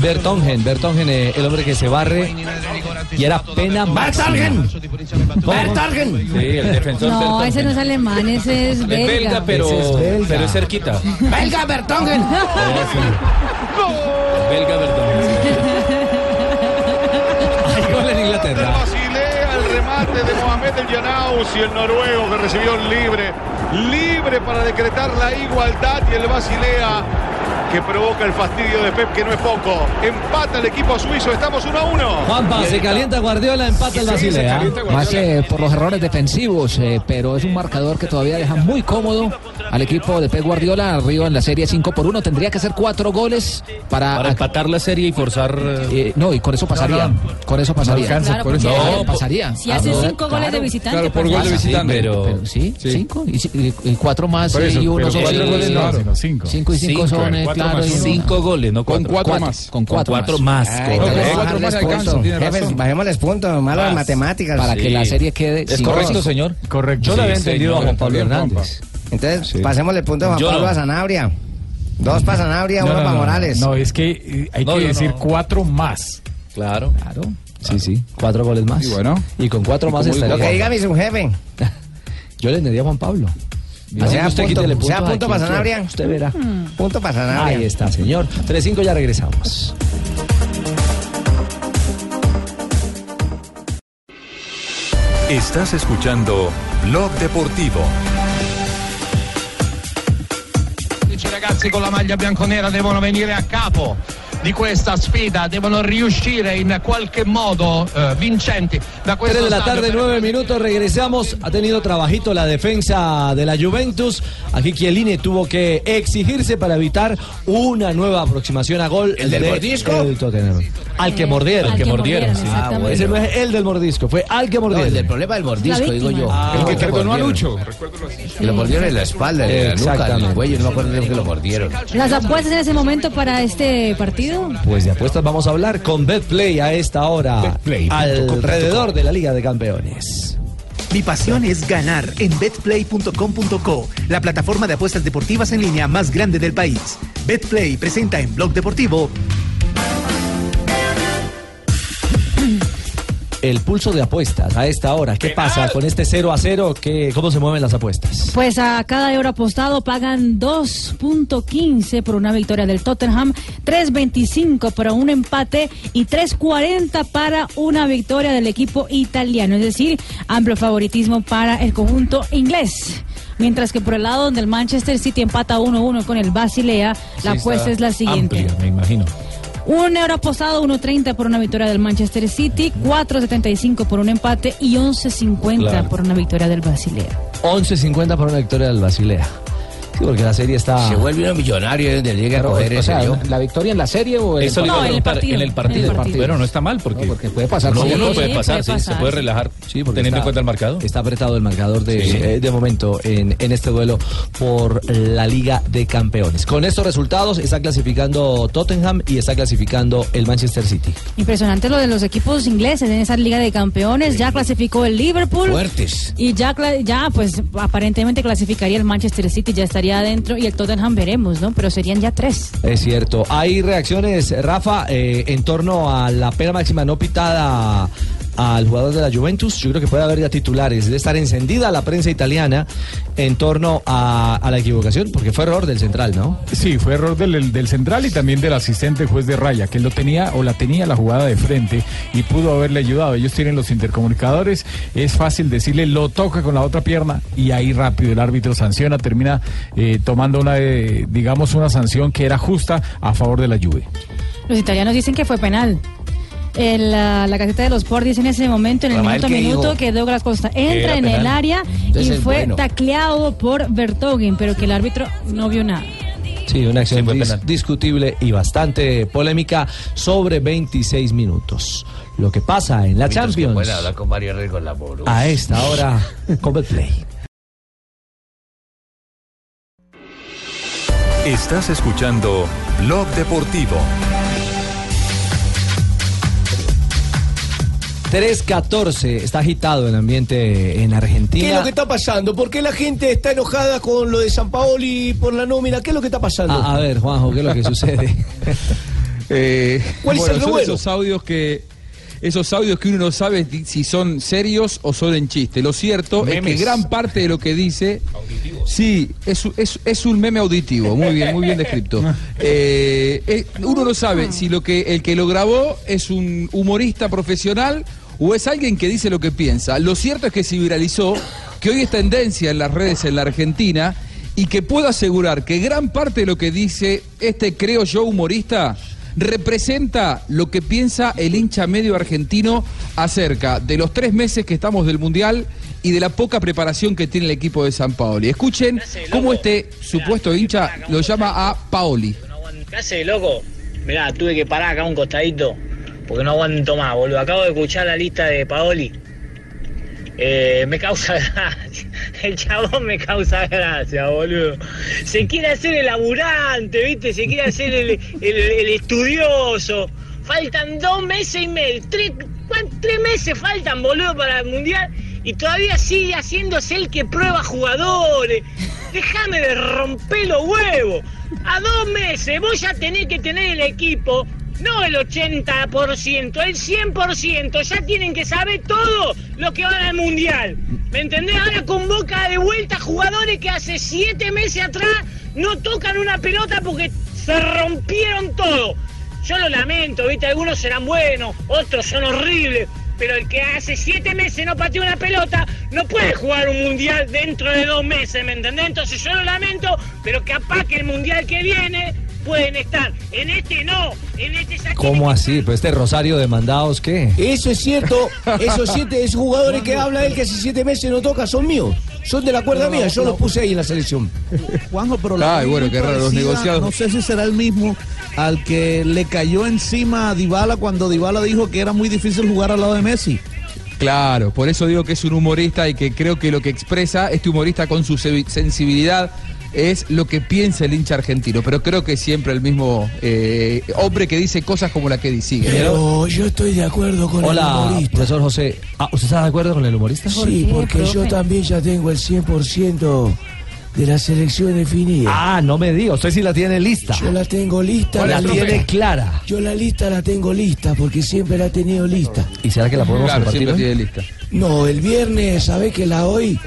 Speaker 5: Bertongen, Bertongen, eh, el hombre que se barre. Y era pena máxima.
Speaker 6: Bertongen.
Speaker 9: Sí, el defensor
Speaker 6: No, ese no es alemán, ese es
Speaker 9: Es belga,
Speaker 6: belga.
Speaker 9: pero, pero es cerquita.
Speaker 6: Belga Bertongen.
Speaker 9: Belga,
Speaker 5: Hay gol en Inglaterra.
Speaker 12: Basilea el remate de Mohamed El Yanaus y el noruego que recibió el libre. Libre para decretar la igualdad y el Basilea que provoca el fastidio de Pep, que no es poco. Empata el equipo suizo, estamos 1 a 1.
Speaker 5: Juanpa, se calienta Guardiola, empata el Basilea.
Speaker 8: Más eh, por los errores defensivos, eh, pero es un marcador que todavía deja muy cómodo al equipo de Pep Guardiola. Arriba en la serie 5 por 1. Tendría que hacer cuatro goles para,
Speaker 9: empatar la serie y forzar.
Speaker 8: eh, no, y con eso pasaría.
Speaker 9: No,
Speaker 8: Con eso pasaría.
Speaker 9: alcanza, Claro, por eso. porque-
Speaker 8: No, pasaría.
Speaker 6: Si hace
Speaker 8: Ah, no,
Speaker 6: cinco goles de visitante.
Speaker 8: Claro, por
Speaker 6: pues,
Speaker 8: gol de
Speaker 6: pasa.
Speaker 8: visitante. Pero- sí, cinco. Y, si- y- y cuatro más
Speaker 2: Por
Speaker 8: eh,
Speaker 2: eso,
Speaker 8: y uno
Speaker 2: pero
Speaker 8: son
Speaker 2: cuatro goles no, sino cinco.
Speaker 8: Cinco y cinco,
Speaker 2: Cinco,
Speaker 8: son, eh,
Speaker 2: cuatro
Speaker 8: claro.
Speaker 2: más
Speaker 8: y
Speaker 2: uno.
Speaker 8: uno.
Speaker 2: Cinco
Speaker 5: goles, no
Speaker 2: Con cuatro más.
Speaker 8: Con cuatro,
Speaker 5: cuatro
Speaker 4: Ah,
Speaker 5: más,
Speaker 8: Ay,
Speaker 5: con
Speaker 8: entonces
Speaker 5: cuatro
Speaker 8: bajarles
Speaker 5: más
Speaker 8: puntos.
Speaker 5: alcanza, tiene
Speaker 8: Jefes,
Speaker 5: razón.
Speaker 7: Bajémosles puntos, malas
Speaker 5: Más.
Speaker 7: matemáticas.
Speaker 8: Para que la serie quede
Speaker 5: Es correcto, señor.
Speaker 2: Correcto.
Speaker 5: Yo lo
Speaker 7: Sí,
Speaker 5: había entendido a
Speaker 7: señor,
Speaker 5: Juan Pablo
Speaker 7: Javier
Speaker 5: Hernández.
Speaker 7: Entonces, pasémosle puntos a Juan
Speaker 5: Yo
Speaker 7: Pablo
Speaker 5: no.
Speaker 7: a Sanabria. Dos para Sanabria, uno para Morales.
Speaker 2: No, es que eh, hay
Speaker 7: No,
Speaker 2: que
Speaker 7: yo
Speaker 2: decir
Speaker 7: no.
Speaker 2: cuatro más.
Speaker 5: Claro.
Speaker 8: Claro.
Speaker 5: Sí, sí. Cuatro goles más.
Speaker 2: Y bueno.
Speaker 5: Y con cuatro
Speaker 2: Y
Speaker 5: más
Speaker 2: como-
Speaker 5: estaría.
Speaker 2: lo que diga
Speaker 7: mi subjefe.
Speaker 5: Yo le entendí a Juan Pablo.
Speaker 7: O sea, punto, sea, punto para Sanabria.
Speaker 5: Usted verá.
Speaker 7: Punto para Sanabria.
Speaker 5: Ahí está, señor. 3-5, ya regresamos.
Speaker 1: Estás escuchando Blog Deportivo.
Speaker 11: I ragazzi con la maglia bianconera devono venire a capo di questa sfida, devono riuscire in qualche modo eh, vincenti da
Speaker 5: 3
Speaker 11: questo
Speaker 5: de la
Speaker 11: stadio.
Speaker 5: tarde, 9 minutos, regresamos. Ha tenido trabajito la defensa de la Juventus. Aquí Chiellini tuvo que exigirse para evitar una nueva aproximación a gol.
Speaker 9: ¿El del
Speaker 5: de-
Speaker 9: mordisco?
Speaker 5: el Tottenham. Al que mordieron.
Speaker 9: Al que mordieron, sí.
Speaker 5: Ah, bueno.
Speaker 9: exactamente.
Speaker 5: Ese no es el del mordisco, fue al que mordieron. Ah,
Speaker 9: el del
Speaker 5: problema del
Speaker 9: mordisco, La digo víctima. yo.
Speaker 4: Ah,
Speaker 9: El que perdonó a Lucho.
Speaker 23: Que lo mordieron en la espalda, en la nuca, en
Speaker 5: Exactamente.
Speaker 23: el cuello, no me acuerdo de que lo mordieron.
Speaker 6: Las apuestas en ese momento para este partido.
Speaker 5: Pues de apuestas vamos a hablar con Betplay a esta hora. alrededor de la Liga de Campeones.
Speaker 24: Mi pasión es ganar en betplay.com.co, la plataforma de apuestas deportivas en línea más grande del país. Betplay presenta en Blog Deportivo
Speaker 5: El pulso de apuestas a esta hora. ¿Qué pasa con este 0 a 0? ¿Qué, ¿Cómo se mueven las apuestas?
Speaker 6: Pues a cada euro apostado pagan 2.15 por una victoria del Tottenham, 3.25 para un empate y 3.40 para una victoria del equipo italiano. Es decir, amplio favoritismo para el conjunto inglés. Mientras que por el lado donde el Manchester City empata 1-1 con el Basilea, la apuesta es la siguiente.
Speaker 9: me imagino.
Speaker 6: Un euro apostado, 1.30 por una victoria del Manchester City, 4.75 por un empate y 11.50
Speaker 5: Claro.
Speaker 6: por una victoria del Basilea.
Speaker 5: 11.50 para una victoria del Basilea. Sí, porque la serie está.
Speaker 23: Se vuelve un millonario donde llegue a
Speaker 5: Pero,
Speaker 23: coger
Speaker 5: o
Speaker 23: ese
Speaker 5: sea,
Speaker 23: yo.
Speaker 8: ¿La victoria en la serie o el
Speaker 9: Eso le iba a preguntar, en el partido. Bueno, no está mal porque,
Speaker 8: puede
Speaker 5: pasar
Speaker 9: No,
Speaker 5: cualquier
Speaker 9: uno
Speaker 5: cosa.
Speaker 9: puede
Speaker 5: Sí,
Speaker 9: pasar,
Speaker 5: puede
Speaker 9: sí, se
Speaker 5: pasar.
Speaker 9: puede relajar. Sí,
Speaker 5: porque
Speaker 9: teniendo
Speaker 5: está-
Speaker 9: en cuenta el marcador.
Speaker 5: Está apretado el marcador de,
Speaker 9: Sí.
Speaker 5: eh, de momento en, en este duelo por la Liga de Campeones. Con estos resultados está clasificando Tottenham y está clasificando el Manchester City.
Speaker 6: Impresionante lo de los equipos ingleses en esa Liga de Campeones. Ya clasificó el Liverpool.
Speaker 23: Fuertes.
Speaker 6: Y ya, cla- ya, pues aparentemente clasificaría el Manchester City, ya estaría adentro. Y el Tottenham veremos, ¿no? Pero serían ya tres.
Speaker 5: Es cierto. Hay reacciones, Rafa, eh, en torno a la pena máxima no pitada al jugador de la Juventus. Yo creo que puede haber ya titulares. Debe estar encendida la prensa italiana en torno a, a la equivocación, porque fue error del central, ¿no?
Speaker 2: Sí, fue error del, del central y también del asistente juez de raya, que lo tenía o la tenía la jugada de frente y pudo haberle ayudado. Ellos tienen los intercomunicadores, es fácil decirle, lo toca con la otra pierna y ahí rápido el árbitro sanciona, termina eh, tomando una, eh, digamos, una sanción que era justa a favor de la Juve.
Speaker 6: Los italianos dicen que fue penal. El, la, la Gaceta de los Sport dice en ese momento, en el
Speaker 2: Rafael,
Speaker 6: minuto a
Speaker 2: ¿qué
Speaker 6: minuto,
Speaker 2: dijo?
Speaker 6: que Douglas Costa
Speaker 2: Que
Speaker 6: entra
Speaker 2: era
Speaker 6: en
Speaker 2: penal.
Speaker 6: el área y
Speaker 5: Entonces,
Speaker 6: fue
Speaker 5: bueno.
Speaker 6: tacleado por Bertogen, pero que el árbitro no vio nada.
Speaker 5: Sí, una acción dis- discutible y bastante polémica sobre 26 minutos. Lo que pasa en la
Speaker 23: Mientras que
Speaker 5: Champions
Speaker 23: pueda hablar con Mario Herrera con la Borussia.
Speaker 5: a esta hora con Betplay.
Speaker 1: Estás escuchando Blog Deportivo.
Speaker 5: 3-14, está agitado el ambiente en
Speaker 4: ¿Qué es lo
Speaker 5: Argentina.
Speaker 4: que está pasando? ¿Por qué la gente está enojada con lo de San Paoli por la nómina? ¿Qué es lo que está pasando?
Speaker 5: A, a ver, Juanjo, Ah, ¿qué es lo que sucede?
Speaker 19: Eh,
Speaker 4: ¿Cuál es
Speaker 19: bueno,
Speaker 4: el
Speaker 19: son
Speaker 4: revuelo?
Speaker 19: esos audios que esos audios que uno no sabe di- si son serios o son en chiste. Lo cierto es
Speaker 9: Memes.
Speaker 19: que gran parte de lo que dice Sí, es, u- es- es un meme auditivo, muy bien, muy bien descrito. Eh, eh, uno no sabe si lo que el que lo grabó es un humorista profesional o es alguien que dice lo que piensa. Lo cierto es que se viralizó, que hoy es tendencia en las redes en la Argentina y que puedo asegurar que gran parte de lo que dice este creo yo humorista representa lo que piensa el hincha medio argentino acerca de los tres meses que estamos del Mundial y de la poca preparación que tiene el equipo de San Paoli. Escuchen cómo este supuesto hincha lo llama a Paoli.
Speaker 25: ¿Qué haces, loco? Mirá, tuve que parar acá a un costadito porque no aguanto más, boludo. Acabo de escuchar la lista de Paoli. Eh, me causa gracia. El chabón me causa gracia, boludo. Se quiere hacer el laburante, ¿viste? Se quiere hacer el, el- el estudioso. Faltan dos meses y medio, tres, cuan- tres meses faltan, boludo, para el mundial. Y todavía sigue haciéndose el que prueba jugadores. Déjame de romper los huevos. A dos meses vos ya tenés que tener el equipo no el 80%, el 100%. Ya tienen que saber todo lo que van al mundial. ¿Me entendés? Ahora convoca de vuelta jugadores que hace siete meses atrás no tocan una pelota porque se rompieron todo. Yo lo lamento, ¿viste? Algunos serán buenos, otros son horribles. Pero el que hace siete meses no pateó una pelota no puede jugar un mundial dentro de dos meses, ¿me entendés? Entonces yo lo lamento, pero capaz que el mundial que viene pueden estar. En este no, en este ya
Speaker 5: ¿Cómo así? Pues este Rosario de mandados, ¿qué?
Speaker 4: Eso es cierto, esos siete esos jugadores que habla él que hace siete meses no toca son míos, son de la cuerda mía, yo los puse ahí en la selección.
Speaker 15: Juanjo, pero la
Speaker 4: Ay,
Speaker 15: ley
Speaker 4: bueno,
Speaker 15: muy
Speaker 4: qué raro, los
Speaker 15: parecida,
Speaker 4: negociados.
Speaker 15: No sé si será el mismo al que le cayó encima a Dybala cuando Dybala dijo que era muy difícil jugar al lado de Messi.
Speaker 19: Claro, por eso digo que es un humorista y que creo que lo que expresa este humorista con su se- sensibilidad es lo que piensa el hincha argentino, pero creo que siempre el mismo eh, hombre que dice cosas como la que dice.
Speaker 4: Pero yo estoy de acuerdo con el
Speaker 5: Hola,
Speaker 4: humorista.
Speaker 5: profesor José. Ah, ¿Usted está de acuerdo con el humorista?
Speaker 4: Sí, porque yo también ya tengo el 100% de la selección definida.
Speaker 5: Ah, no me diga, usted sí la tiene lista.
Speaker 4: Yo la tengo lista,
Speaker 5: ¿Cuál
Speaker 4: la
Speaker 5: es, profe?
Speaker 4: tiene
Speaker 5: clara.
Speaker 4: Yo la lista la tengo lista porque siempre la he tenido lista.
Speaker 5: ¿Y será que la podemos
Speaker 19: Claro,
Speaker 5: compartir?
Speaker 4: pues,
Speaker 19: siempre
Speaker 5: hoy?
Speaker 19: tiene lista.
Speaker 4: No, el viernes, ¿sabés que la hoy?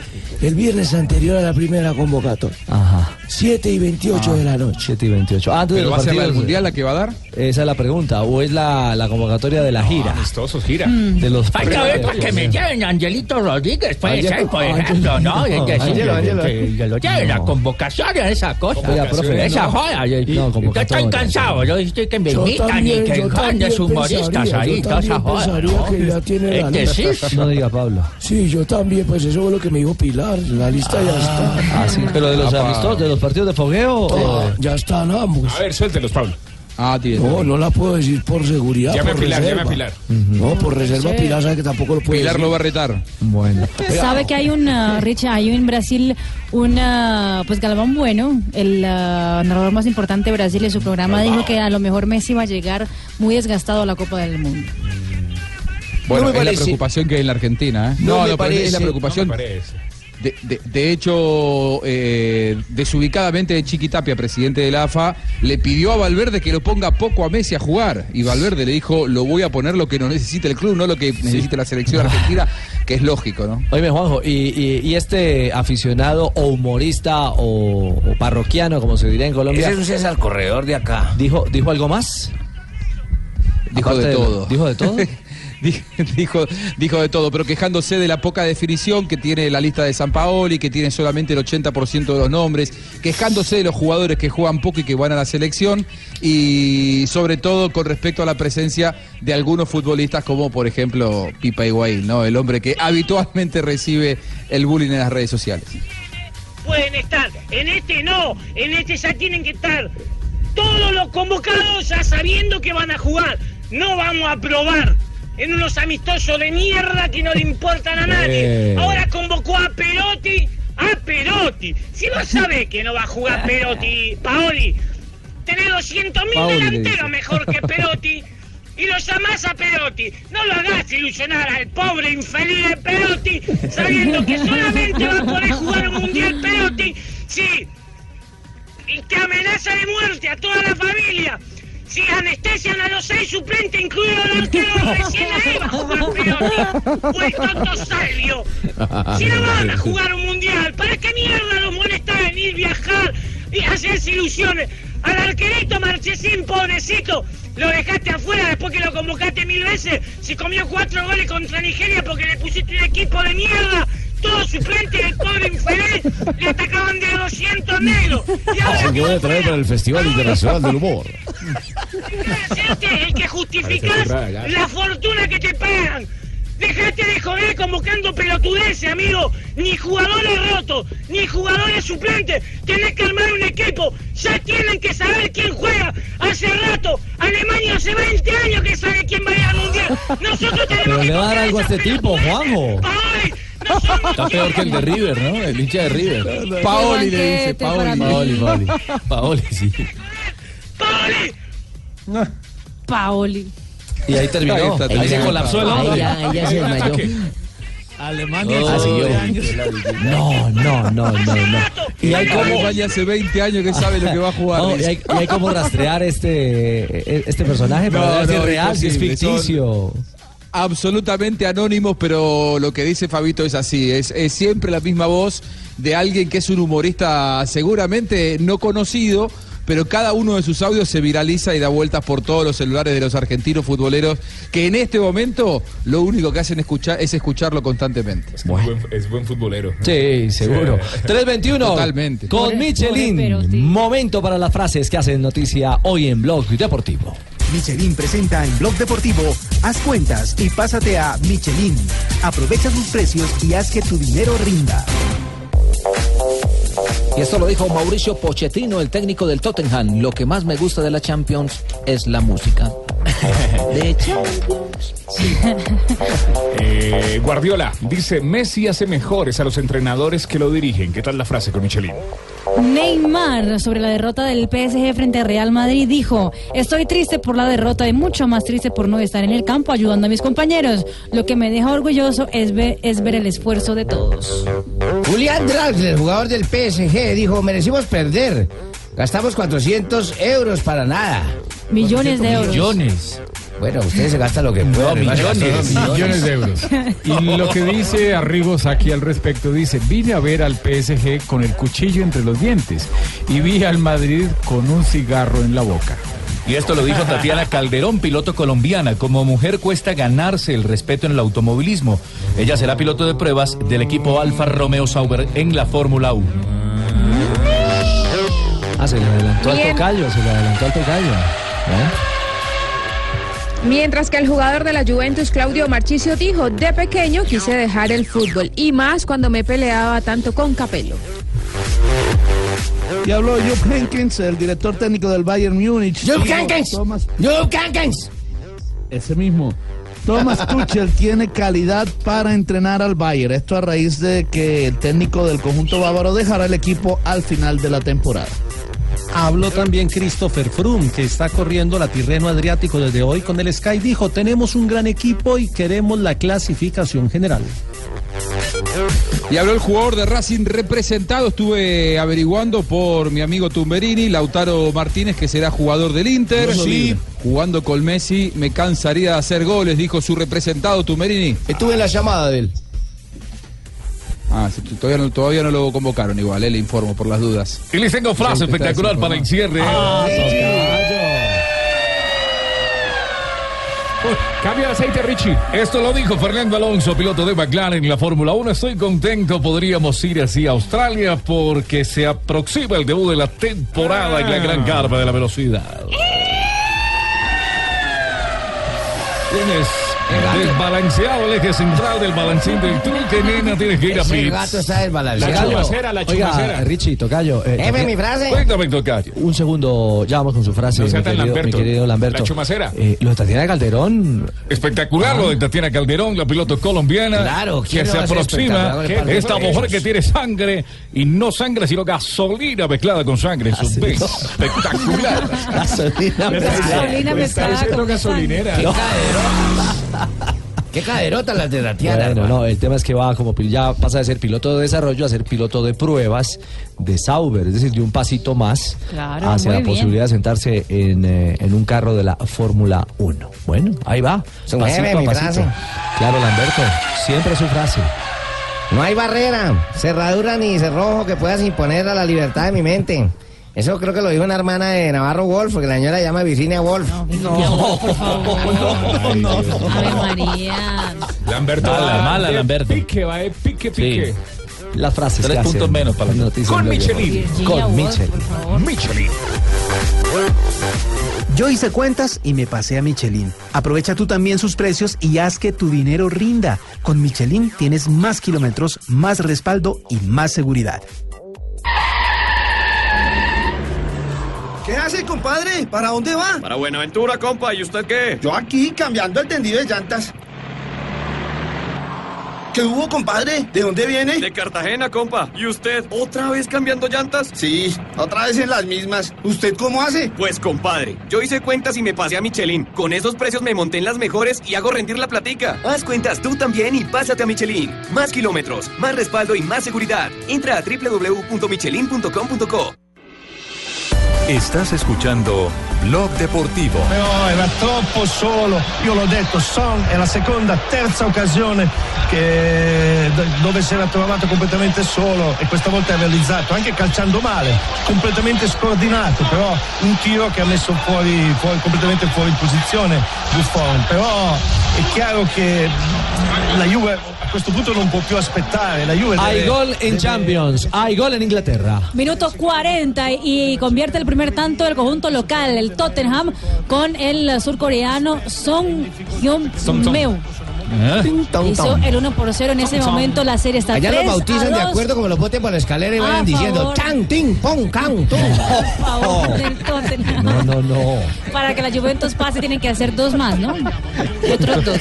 Speaker 4: El viernes anterior a la primera convocatoria.
Speaker 5: Ajá.
Speaker 4: 7 y 28 de la noche.
Speaker 5: 7 y 28. Ah, antes
Speaker 4: ¿Pero
Speaker 5: del
Speaker 4: va a ser
Speaker 5: partido
Speaker 4: la del
Speaker 5: del-
Speaker 4: Mundial
Speaker 19: la que va a dar?
Speaker 5: Esa es la pregunta. ¿O es la, la convocatoria de la gira?
Speaker 9: Amistosos, gira.
Speaker 5: De los
Speaker 9: Hay que ver para que me
Speaker 5: partidos.
Speaker 9: lleven a Angelito Rodríguez, puede
Speaker 5: Angelo,
Speaker 9: ser, por
Speaker 5: Angelo,
Speaker 9: ejemplo, ¿no? Es
Speaker 5: no,
Speaker 9: decir,
Speaker 5: Angelo, Angelo.
Speaker 9: que- que lo lleven a
Speaker 5: No.
Speaker 9: convocatoria, esa cosa.
Speaker 5: Oiga, profe,
Speaker 9: esa
Speaker 5: no.
Speaker 9: joda. Yo,
Speaker 5: No,
Speaker 9: yo estoy
Speaker 5: convocatoria.
Speaker 9: cansado, yo estoy que me
Speaker 5: Yo
Speaker 9: imitan y
Speaker 5: también,
Speaker 9: que
Speaker 5: yo
Speaker 9: engañen
Speaker 5: también
Speaker 9: humoristas
Speaker 5: pensaría,
Speaker 9: ahí,
Speaker 5: yo
Speaker 9: toda esa
Speaker 5: también
Speaker 9: joda.
Speaker 5: pensaría
Speaker 9: ¿no?
Speaker 5: que la tiene
Speaker 9: Es
Speaker 5: la
Speaker 9: que sí.
Speaker 5: lista. No diga Pablo.
Speaker 4: Sí, yo también, pues eso es lo que me dijo Pilar. La lista ya está.
Speaker 5: Ah, sí, pero de los
Speaker 4: Apa.
Speaker 5: amistosos, de los partidos de fogueo.
Speaker 4: Ah,
Speaker 5: o-
Speaker 4: ya están ambos.
Speaker 9: A ver, suéltelos, Pablo.
Speaker 19: Ah, tiene.
Speaker 4: No, no la puedo decir por seguridad.
Speaker 9: Llame a
Speaker 4: por
Speaker 9: Pilar,
Speaker 4: reserva.
Speaker 9: llame a Pilar.
Speaker 4: No, por reserva
Speaker 6: Sí.
Speaker 4: Pilar sabe que tampoco lo puede
Speaker 19: Pilar
Speaker 4: decir.
Speaker 19: lo va a retar.
Speaker 5: Bueno.
Speaker 6: Sabe que hay un, ah, Rich, hay en Brasil un, ah, pues Galván Bueno, el ah, narrador más importante de Brasil en su programa dijo que a lo mejor Messi va a llegar muy desgastado a la Copa del Mundo.
Speaker 19: Bueno,
Speaker 6: No me
Speaker 19: es la
Speaker 6: parece.
Speaker 19: preocupación que hay en la Argentina. ¿eh?
Speaker 9: No me
Speaker 19: pero es la
Speaker 9: parece.
Speaker 19: preocupación.
Speaker 9: No me parece.
Speaker 19: De, de- de hecho, eh, desubicadamente Chiquitapia, presidente de la AFA, le pidió a Valverde que lo ponga poco a Messi a jugar. Y Valverde le dijo, lo voy a poner lo que no necesita el club, no lo que necesita la selección argentina, que es lógico, ¿no?
Speaker 5: Oye, Juanjo, y, y- y este aficionado o humorista o, o parroquiano, como se diría en Colombia.
Speaker 23: Ese es un César Corredor de acá.
Speaker 5: ¿Dijo, dijo algo más?
Speaker 19: Dijo
Speaker 5: Aparte
Speaker 19: de
Speaker 5: lo-
Speaker 19: todo.
Speaker 5: ¿Dijo de todo?
Speaker 19: Di- dijo, dijo de todo, pero quejándose de la poca definición que tiene la lista de San Paoli, que tiene solamente el 80% de los nombres, quejándose de los jugadores que juegan poco y que van a la selección, y sobre todo con respecto a la presencia de algunos futbolistas, como por ejemplo Pipa Higuaín, ¿no? el hombre que habitualmente recibe el bullying en las redes sociales.
Speaker 25: pueden estar. En este no, en este ya tienen que estar todos los convocados ya sabiendo que van a jugar. No vamos a probar en unos amistosos de mierda que no le importan a nadie.
Speaker 26: Eh.
Speaker 25: Ahora convocó a Perotti, Ah, Perotti. Si vos sabés que no va a jugar Perotti, Paoli, tenés 200 mil
Speaker 27: Paoli, le
Speaker 25: delanteros
Speaker 27: dice.
Speaker 25: mejor que Perotti y lo llamás a Perotti. No lo hagas ilusionar al pobre infeliz de Perotti sabiendo que solamente va a poder jugar un mundial Perotti si y te amenaza de muerte a toda la familia. Si anestesian a los seis suplentes, incluido el arquero, recién ahí va a jugar Perotti. O el tonto Salvio. Si no van a jugar un mundial, ¿para qué mierda los molesta venir viajar y hacerse ilusiones? Al arquerito Marchesín, pobrecito, lo dejaste afuera después que lo convocaste mil veces. Se comió cuatro goles contra Nigeria porque le pusiste un equipo de mierda. Todos suplentes del pobre infeliz le atacaban de 200 negros. Y ahora
Speaker 9: Así que voy a traer para el Festival Internacional del Humor.
Speaker 25: Este es el que justificás
Speaker 9: Parece que ¿eh? traga.
Speaker 25: la fortuna que te pagan. Dejate de joder convocando pelotudeces, amigo. Ni jugadores rotos, ni jugadores suplentes. Tenés que armar un equipo. Ya tienen que saber quién juega. Hace rato, Alemania hace 20 años que sabe quién va a ir al mundial. Nosotros tenemos
Speaker 5: Pero
Speaker 25: que
Speaker 5: le va a dar
Speaker 25: confiar
Speaker 5: algo a este tipo, Juanjo.
Speaker 9: Está peor que el de River, ¿no? El hincha de River.
Speaker 5: Paoli le dice,
Speaker 9: Paoli.
Speaker 5: Paoli, Paoli.
Speaker 9: Paoli, sí.
Speaker 6: Paoli.
Speaker 9: Y ahí terminó.
Speaker 5: Ahí está, ahí se colapsó el hombre.
Speaker 6: Ahí ya- ahí ya se desmayó.
Speaker 5: Alemania.
Speaker 19: Oh,
Speaker 5: hace
Speaker 19: Dios.
Speaker 5: años.
Speaker 19: No, no, no, no, no.
Speaker 5: Y hay como-
Speaker 19: España hace 20 años que sabe lo que va a jugar.
Speaker 5: No, y, hay, y hay como rastrear este, este personaje para
Speaker 19: No,
Speaker 5: ver si
Speaker 19: no,
Speaker 5: es real, si es
Speaker 19: imposible, son-
Speaker 5: ficticio.
Speaker 19: absolutamente anónimos, pero lo que dice Fabito es así, es, es siempre la misma voz de alguien que es un humorista seguramente no conocido. Pero cada uno de sus audios se viraliza y da vueltas por todos los celulares de los argentinos futboleros que en este momento lo único que hacen escuchar, es escucharlo constantemente.
Speaker 17: Es buen futbolero.
Speaker 5: Sí, seguro. 321.
Speaker 19: Totalmente.
Speaker 5: Con Michelin. Momento para las frases que hacen noticia hoy en Blog Deportivo.
Speaker 28: Michelin presenta en Blog Deportivo, haz cuentas y pásate a Michelin. Aprovecha sus precios y haz que tu dinero rinda.
Speaker 8: Y esto lo dijo Mauricio Pochettino, el técnico del Tottenham. Lo que más me gusta de la Champions es la música. De hecho,
Speaker 17: Eh, Guardiola dice, Messi hace mejores a los entrenadores que lo dirigen. ¿Qué tal la frase con Michelin?
Speaker 6: Neymar, sobre la derrota del PSG frente a Real Madrid, dijo: Estoy triste por la derrota y mucho más triste por no estar en el campo ayudando a mis compañeros. Lo que me deja orgulloso es ver, es ver el esfuerzo de todos.
Speaker 7: Julián Draxler, jugador del PSG, dijo, merecimos perder. Gastamos 400 euros para nada.
Speaker 6: Millones de euros.
Speaker 7: Millones. Bueno, ustedes se gastan lo que pueden.
Speaker 2: Millones de euros. Y lo que dice Arrigo Sacchi al respecto dice, vine a ver al PSG con el cuchillo entre los dientes y vi al Madrid con un cigarro en la boca.
Speaker 9: Y esto lo dijo Tatiana Calderón, piloto colombiana. Como mujer cuesta ganarse el respeto en el automovilismo. Ella será piloto de pruebas del equipo Alfa Romeo Sauber en la Fórmula 1.
Speaker 5: Ah, se le adelantó al
Speaker 16: Bien.
Speaker 5: tocayo, se le adelantó al tocayo. ¿Eh?
Speaker 16: Mientras que el jugador de la Juventus, Claudio Marchisio, dijo, de pequeño quise dejar el fútbol y más cuando me peleaba tanto con Capello.
Speaker 4: Y habló Jupp Henkins, el director técnico del Bayern Múnich.
Speaker 7: Jupp
Speaker 4: Dijo,
Speaker 7: Heynckes.
Speaker 4: Thomas-
Speaker 7: Jupp Heynckes.
Speaker 4: Ese mismo. Thomas Tuchel tiene calidad para entrenar al Bayern. Esto a raíz de que el técnico del conjunto bávaro dejará el equipo al final de la temporada.
Speaker 18: Habló también Christopher Froome, que está corriendo la Tirreno Adriático desde hoy con el Sky. Dijo, tenemos un gran equipo y queremos la clasificación general.
Speaker 19: Y habló el jugador de Racing representado, estuve averiguando por mi amigo Tumberini, Lautaro Martínez, que será jugador del Inter.
Speaker 17: Dios lo libre.
Speaker 19: Jugando con Messi, me cansaría de hacer goles, dijo su representado Tumberini.
Speaker 29: Estuve en la llamada de él.
Speaker 19: Ah, sí, t- todavía no, todavía no lo convocaron igual, eh, le informo por las dudas.
Speaker 17: Y les tengo frase espectacular para el cierre. eh.
Speaker 19: Ah,
Speaker 9: Ah,
Speaker 17: Cambio de aceite, Richie. Esto lo dijo Fernando Alonso, piloto de McLaren en la Fórmula 1. Estoy contento, podríamos ir así a Australia porque se aproxima el debut de la temporada en la gran carpa de la velocidad. Tienes
Speaker 9: Desbalanceado el eje central del balancín del truque, nena, tienes que ir a
Speaker 7: Ese
Speaker 9: Pits.
Speaker 7: gato está desbalanceado.
Speaker 5: Tocayo, Oiga, Richie, Tocayo. eh,
Speaker 7: Deme
Speaker 5: Tocayo.
Speaker 7: mi frase.
Speaker 9: Cuéntame, Tocayo.
Speaker 5: Un segundo, ya vamos con su frase.
Speaker 9: No sea
Speaker 5: mi,
Speaker 9: tan
Speaker 5: querido, mi
Speaker 9: Lamberto.
Speaker 5: querido Lamberto.
Speaker 9: La chumacera.
Speaker 5: Eh, lo de Tatiana Calderón.
Speaker 9: Espectacular lo de Tatiana Calderón, la piloto colombiana.
Speaker 5: Claro,
Speaker 9: que
Speaker 5: ¿quién
Speaker 9: se
Speaker 5: no va a ser
Speaker 9: aproxima.
Speaker 5: espectacular? ¿Qué
Speaker 9: Esta
Speaker 5: fue
Speaker 9: mujer
Speaker 5: eso?
Speaker 9: que tiene sangre, y no sangre, sino gasolina mezclada con sangre. en sus venas. Espectacular.
Speaker 5: gasolina
Speaker 2: Pues,
Speaker 6: Gasolina mezclada con sangre.
Speaker 7: Qué caderota las de Tatiana.
Speaker 5: Bueno, no, el tema es que va como pil- ya pasa de ser piloto de desarrollo a ser piloto de pruebas de Sauber, es decir, de un pasito más
Speaker 7: Claro,
Speaker 5: hacia Ah, la
Speaker 7: muy bien.
Speaker 5: posibilidad de sentarse en, eh, en un carro de la Fórmula 1. Bueno, ahí va.
Speaker 7: Su jefe, mi frase.
Speaker 5: Claro, Lamberto, siempre su frase.
Speaker 7: No hay barrera, cerradura ni cerrojo que puedas imponer a la libertad de mi mente. Eso creo que lo dijo una hermana de Navarro Wolf, que la señora se llama Virginia Wolf.
Speaker 6: No, por favor. No, no, no. Ave María.
Speaker 9: Lamberto.
Speaker 5: Mala, mala, Lamberto.
Speaker 9: Pique, va, de pique, pique.
Speaker 5: Las frases.
Speaker 9: Tres
Speaker 5: que hacen
Speaker 9: puntos menos para la
Speaker 5: Noticias
Speaker 9: Con
Speaker 5: Blog
Speaker 9: Michelin.
Speaker 5: Deportivo. Con Michelin.
Speaker 9: Michelin.
Speaker 18: Yo hice cuentas y me pasé a Michelin. Aprovecha tú también sus precios y haz que tu dinero rinda. Con Michelin tienes más kilómetros, más respaldo y más seguridad.
Speaker 30: ¿Qué hace, compadre? ¿Para dónde va?
Speaker 4: Para Buenaventura, compa, ¿y usted qué?
Speaker 30: Yo aquí cambiando el tendido de llantas. ¿Qué hubo, compadre? ¿De dónde viene?
Speaker 4: De Cartagena, compa. ¿Y usted otra vez cambiando llantas?
Speaker 30: Sí, otra vez en las mismas. ¿Usted cómo hace?
Speaker 4: Pues compadre, yo hice cuentas y me pasé a Michelin. Con esos precios me monté en las mejores y hago rendir la platica. Haz cuentas tú también y pásate a Michelin. Más kilómetros, más respaldo y más seguridad. Entra a www.michelin.com.co.
Speaker 1: Estás escuchando Blog Deportivo.
Speaker 14: No, Eh, oh, era troppo solo. Io l'ho detto, Son è la seconda, terza occasione che- do- dove si era trovato completamente solo e questa volta ha realizzato, anche calciando male, completamente scordinato, però un tiro che ha messo fuori, fuori- completamente fuori posizione Buffon. Però è chiaro che la Juve a questo punto non può più aspettare. La Juve
Speaker 5: Hay
Speaker 14: deve-
Speaker 5: gol en
Speaker 14: deve-
Speaker 5: Champions, hay gol en Inglaterra.
Speaker 6: Minuto 40 y convierte el primer tanto del conjunto local, el Tottenham, con el surcoreano Song
Speaker 7: Song Song.
Speaker 6: Hyun-meo.
Speaker 5: ¿Eh?
Speaker 6: Hizo
Speaker 7: eh,
Speaker 6: el 1 por 0 en ese
Speaker 7: Song Song.
Speaker 6: momento la serie está
Speaker 7: Allá
Speaker 6: 3
Speaker 7: los bautizan de
Speaker 6: a 2.
Speaker 7: acuerdo como los boten por la escalera y
Speaker 6: A
Speaker 7: vayan diciendo
Speaker 6: favor.
Speaker 7: chan, tin, pon, can, tum.
Speaker 6: favor del Tottenham.
Speaker 5: No, no, no.
Speaker 6: Para que la Juventus pase tienen que hacer dos más, ¿no? Y otros dos.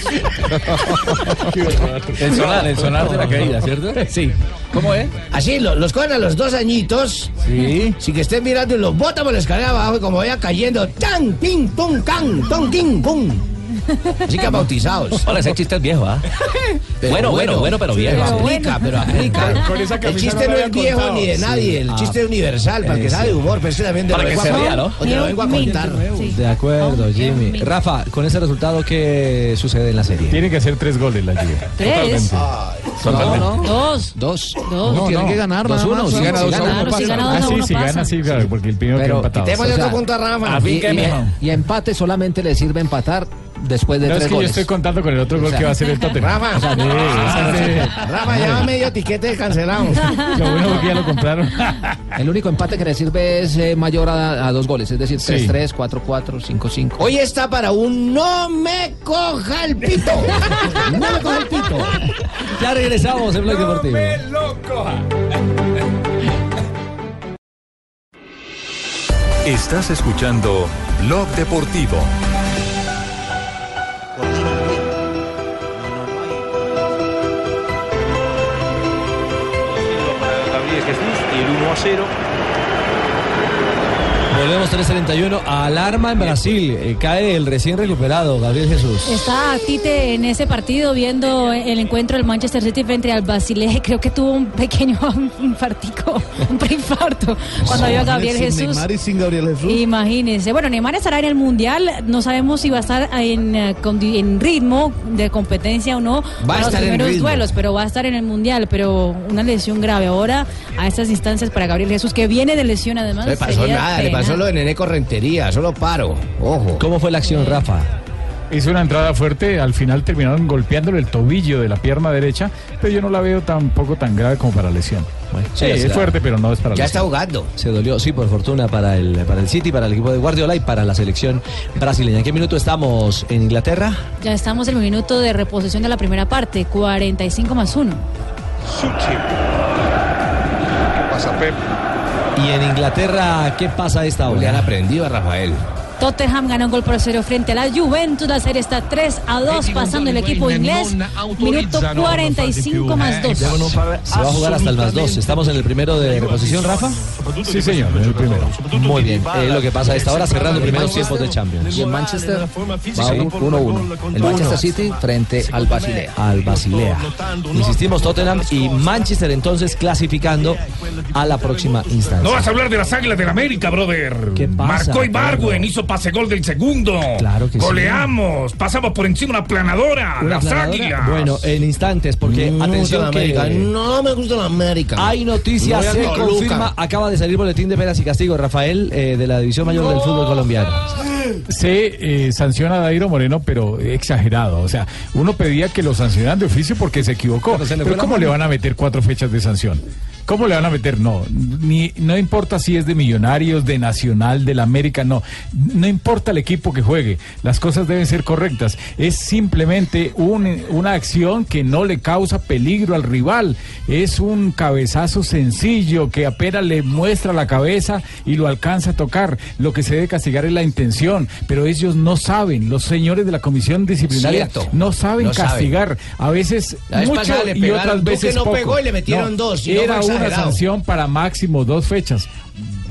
Speaker 31: El sonar, el sonar de la caída, ¿cierto?
Speaker 5: Sí.
Speaker 31: ¿Cómo es?
Speaker 7: Así, lo- los cogen a los dos añitos. Sí. Sin que estén mirando y los botan por la escalera abajo y como vayan cayendo, chan, tin, pon, can, ton, tin, pum. Así que bautizados.
Speaker 32: Ahora, ese chiste es viejo, ¿ah? Bueno, bueno, bueno, pero viejo.
Speaker 7: Pero aplica, pero aplica. el chiste no, es viejo ni de nadie, el chiste es universal, para el que sabe de humor, pero este también de
Speaker 32: Ah. Para que se ría, ¿no?
Speaker 7: O te lo vengo a contar.
Speaker 5: De acuerdo, Jimmy. Rafa, con ese resultado, ¿qué sucede en la serie? Tiene que hacer tres goles la Juve.
Speaker 6: Tres.
Speaker 5: Totalmente.
Speaker 6: No, no. Dos.
Speaker 5: Dos.
Speaker 6: Dos.
Speaker 5: No, tienen que ganar nada
Speaker 2: Dos uno,
Speaker 5: más.
Speaker 2: si gana
Speaker 5: Si
Speaker 2: dos a
Speaker 5: gana,
Speaker 2: uno,
Speaker 5: si
Speaker 2: pasa.
Speaker 5: gana dos a
Speaker 2: Ah, sí,
Speaker 5: uno,
Speaker 2: si gana,
Speaker 5: pasa.
Speaker 2: sí, claro, porque el primero que empatado.
Speaker 5: O sea, Y, y- y empate solamente le sirve empatar
Speaker 8: pues,
Speaker 5: después de
Speaker 2: No, es
Speaker 5: tres
Speaker 2: que yo
Speaker 5: goles.
Speaker 2: estoy contando con el otro
Speaker 5: O
Speaker 2: gol
Speaker 5: sea,
Speaker 2: que va a hacer el Tottenham.
Speaker 5: Rafa.
Speaker 2: O sea, sí, esa es-
Speaker 5: Ah,
Speaker 7: Rafa, ya va medio tiquete cancelado.
Speaker 2: Lo bueno porque ya lo compraron.
Speaker 5: El único empate que le sirve es eh, mayor a, a dos goles, es decir, 3-3, 4-4, 5-5.
Speaker 7: Hoy está para un no me coja el pito. No me coja el pito.
Speaker 5: Ya regresamos en Blog Deportivo.
Speaker 1: Estás escuchando Blog Deportivo.
Speaker 4: Para Gabriel Jesús y el 1 a 0.
Speaker 5: Volvemos 3.31, alarma en Brasil, eh, cae el recién recuperado Gabriel Jesús.
Speaker 6: Está Tite en ese partido viendo el encuentro del Manchester City frente al Basilea. Creo que tuvo un pequeño infartico, un preinfarto cuando vio a Gabriel
Speaker 12: Sin
Speaker 6: Jesús.
Speaker 12: Neymar y sin Gabriel Jesús.
Speaker 6: Imagínense. Bueno, Neymar estará en el Mundial. No sabemos si va a estar en, eh, condi- en ritmo de competencia o no. para los
Speaker 7: estar en
Speaker 6: primeros
Speaker 7: ritmo.
Speaker 6: duelos, pero va a estar en el Mundial. Pero una lesión grave ahora a estas instancias para Gabriel Jesús, que viene de lesión además.
Speaker 7: No le pasó
Speaker 6: sería
Speaker 7: nada, le
Speaker 6: pena.
Speaker 7: pasó lo de Neneco Rentería, solo paro. Ojo.
Speaker 5: ¿Cómo fue la acción, Rafa?
Speaker 2: hizo una entrada fuerte, al final terminaron golpeándole el tobillo de la pierna derecha, pero yo no la veo tampoco tan grave como para lesión. sí,
Speaker 5: sí,
Speaker 2: es
Speaker 5: está-
Speaker 2: fuerte, pero no es para lesión.
Speaker 5: jugando. Se dolió, sí, por fortuna para el, para el City, para el equipo de Guardiola y para la selección brasileña. ¿En qué minuto estamos en Inglaterra?
Speaker 6: Ya estamos en el minuto de reposición de la primera parte, 45 más 1.
Speaker 12: Pasa Pep.
Speaker 5: Y en Inglaterra, ¿qué pasa a esta hora? Le han aprendido a Rafael.
Speaker 6: Tottenham ganó un gol por cero frente a la Juventus. La serie está 3 a 2 pasando el equipo inglés. Minuto 45 más 2.
Speaker 5: Se va a jugar hasta el más dos. Estamos en el primero de reposición, Rafa.
Speaker 2: Sí, señor, en el primero.
Speaker 5: Muy bien. Es lo que pasa a esta hora, cerrando primeros tiempos de Champions.
Speaker 8: Y en Manchester va
Speaker 5: Sí.
Speaker 8: 1-1. El Manchester City frente al Basilea.
Speaker 5: al Basilea. Insistimos, Tottenham y Manchester entonces clasificando a la próxima instancia.
Speaker 9: No vas a hablar de las Águilas del América, brother. ¿Qué
Speaker 5: pasa,
Speaker 9: Marcó Ibargüen, hizo pase gol del segundo. Claro
Speaker 5: que sí.
Speaker 9: Goleamos, pasamos por encima una planadora,
Speaker 5: Una
Speaker 9: las
Speaker 5: planadora.
Speaker 9: Águilas.
Speaker 5: Bueno, en instantes, porque atención
Speaker 9: gusta la
Speaker 5: que-
Speaker 4: eh.
Speaker 9: América,
Speaker 7: No me gusta la América.
Speaker 5: Hay noticias, se confirma. Acaba de salir boletín de penas y castigo, Rafael, eh, de la División Mayor del Fútbol Colombiano.
Speaker 2: se eh, sanciona a Dairo Moreno, pero exagerado. O sea, uno pedía que lo sancionaran de oficio porque se equivocó. Pero,
Speaker 5: le fue la
Speaker 2: ¿cómo
Speaker 5: mano.
Speaker 2: le van a meter cuatro fechas de sanción? ¿Cómo le van a meter? No, ni, no importa si es de Millonarios, de Nacional, del América, no. No importa el equipo que juegue, las cosas deben ser correctas. Es simplemente un- una acción que no le causa peligro al rival. Es un cabezazo sencillo que apenas le muestra la cabeza y lo alcanza a tocar. Lo que se debe castigar es la intención, pero ellos no saben. Los señores de la comisión disciplinaria
Speaker 4: Cierto.
Speaker 2: no saben
Speaker 4: No saben.
Speaker 2: castigar. A veces
Speaker 4: La vez
Speaker 2: mucho
Speaker 4: pasada le
Speaker 2: y
Speaker 4: pegaron,
Speaker 2: otras
Speaker 4: Duque
Speaker 2: veces
Speaker 4: no
Speaker 2: poco.
Speaker 4: pegó y le metieron dos, y no
Speaker 2: era
Speaker 4: fue
Speaker 2: una
Speaker 4: exagerado.
Speaker 2: sanción para máximo dos fechas.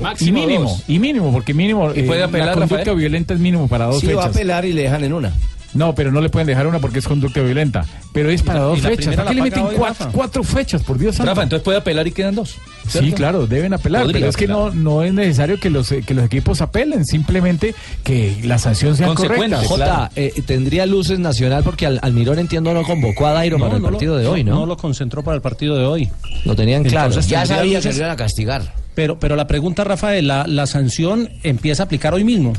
Speaker 4: Máximo
Speaker 2: y mínimo,
Speaker 4: dos.
Speaker 2: y mínimo, porque mínimo eh,
Speaker 4: ¿Y puede
Speaker 2: la
Speaker 4: apelar,
Speaker 2: conducta
Speaker 4: Rafael?
Speaker 2: violenta es mínimo para dos
Speaker 4: Sí,
Speaker 2: fechas.
Speaker 4: va a apelar y le dejan en una.
Speaker 2: No, pero no le pueden dejar una porque es conducta violenta. Pero es para
Speaker 4: la-
Speaker 2: dos
Speaker 4: y la
Speaker 2: fechas.
Speaker 4: primera
Speaker 2: ¿Para qué le
Speaker 4: la
Speaker 2: meten
Speaker 4: paga hoy,
Speaker 2: cuatro,
Speaker 4: Rafa?
Speaker 2: cuatro fechas? Por Dios santo.
Speaker 23: Rafa, entonces puede apelar y quedan dos.
Speaker 2: Sí, claro, deben apelar,
Speaker 23: Podría
Speaker 2: pero es que no, no es necesario que los, eh, que los equipos apelen, simplemente que la sanción sea correcta.
Speaker 5: Jota, eh, tendría luces nacional porque al, Almirón entiendo no convocó a Dairo para el partido de hoy, ¿no?
Speaker 18: No lo concentró para el partido de hoy.
Speaker 5: Lo tenían claro.
Speaker 18: tendría luces.
Speaker 5: castigar.
Speaker 18: Pero, pero la pregunta, Rafael, la, la sanción empieza a aplicar hoy mismo.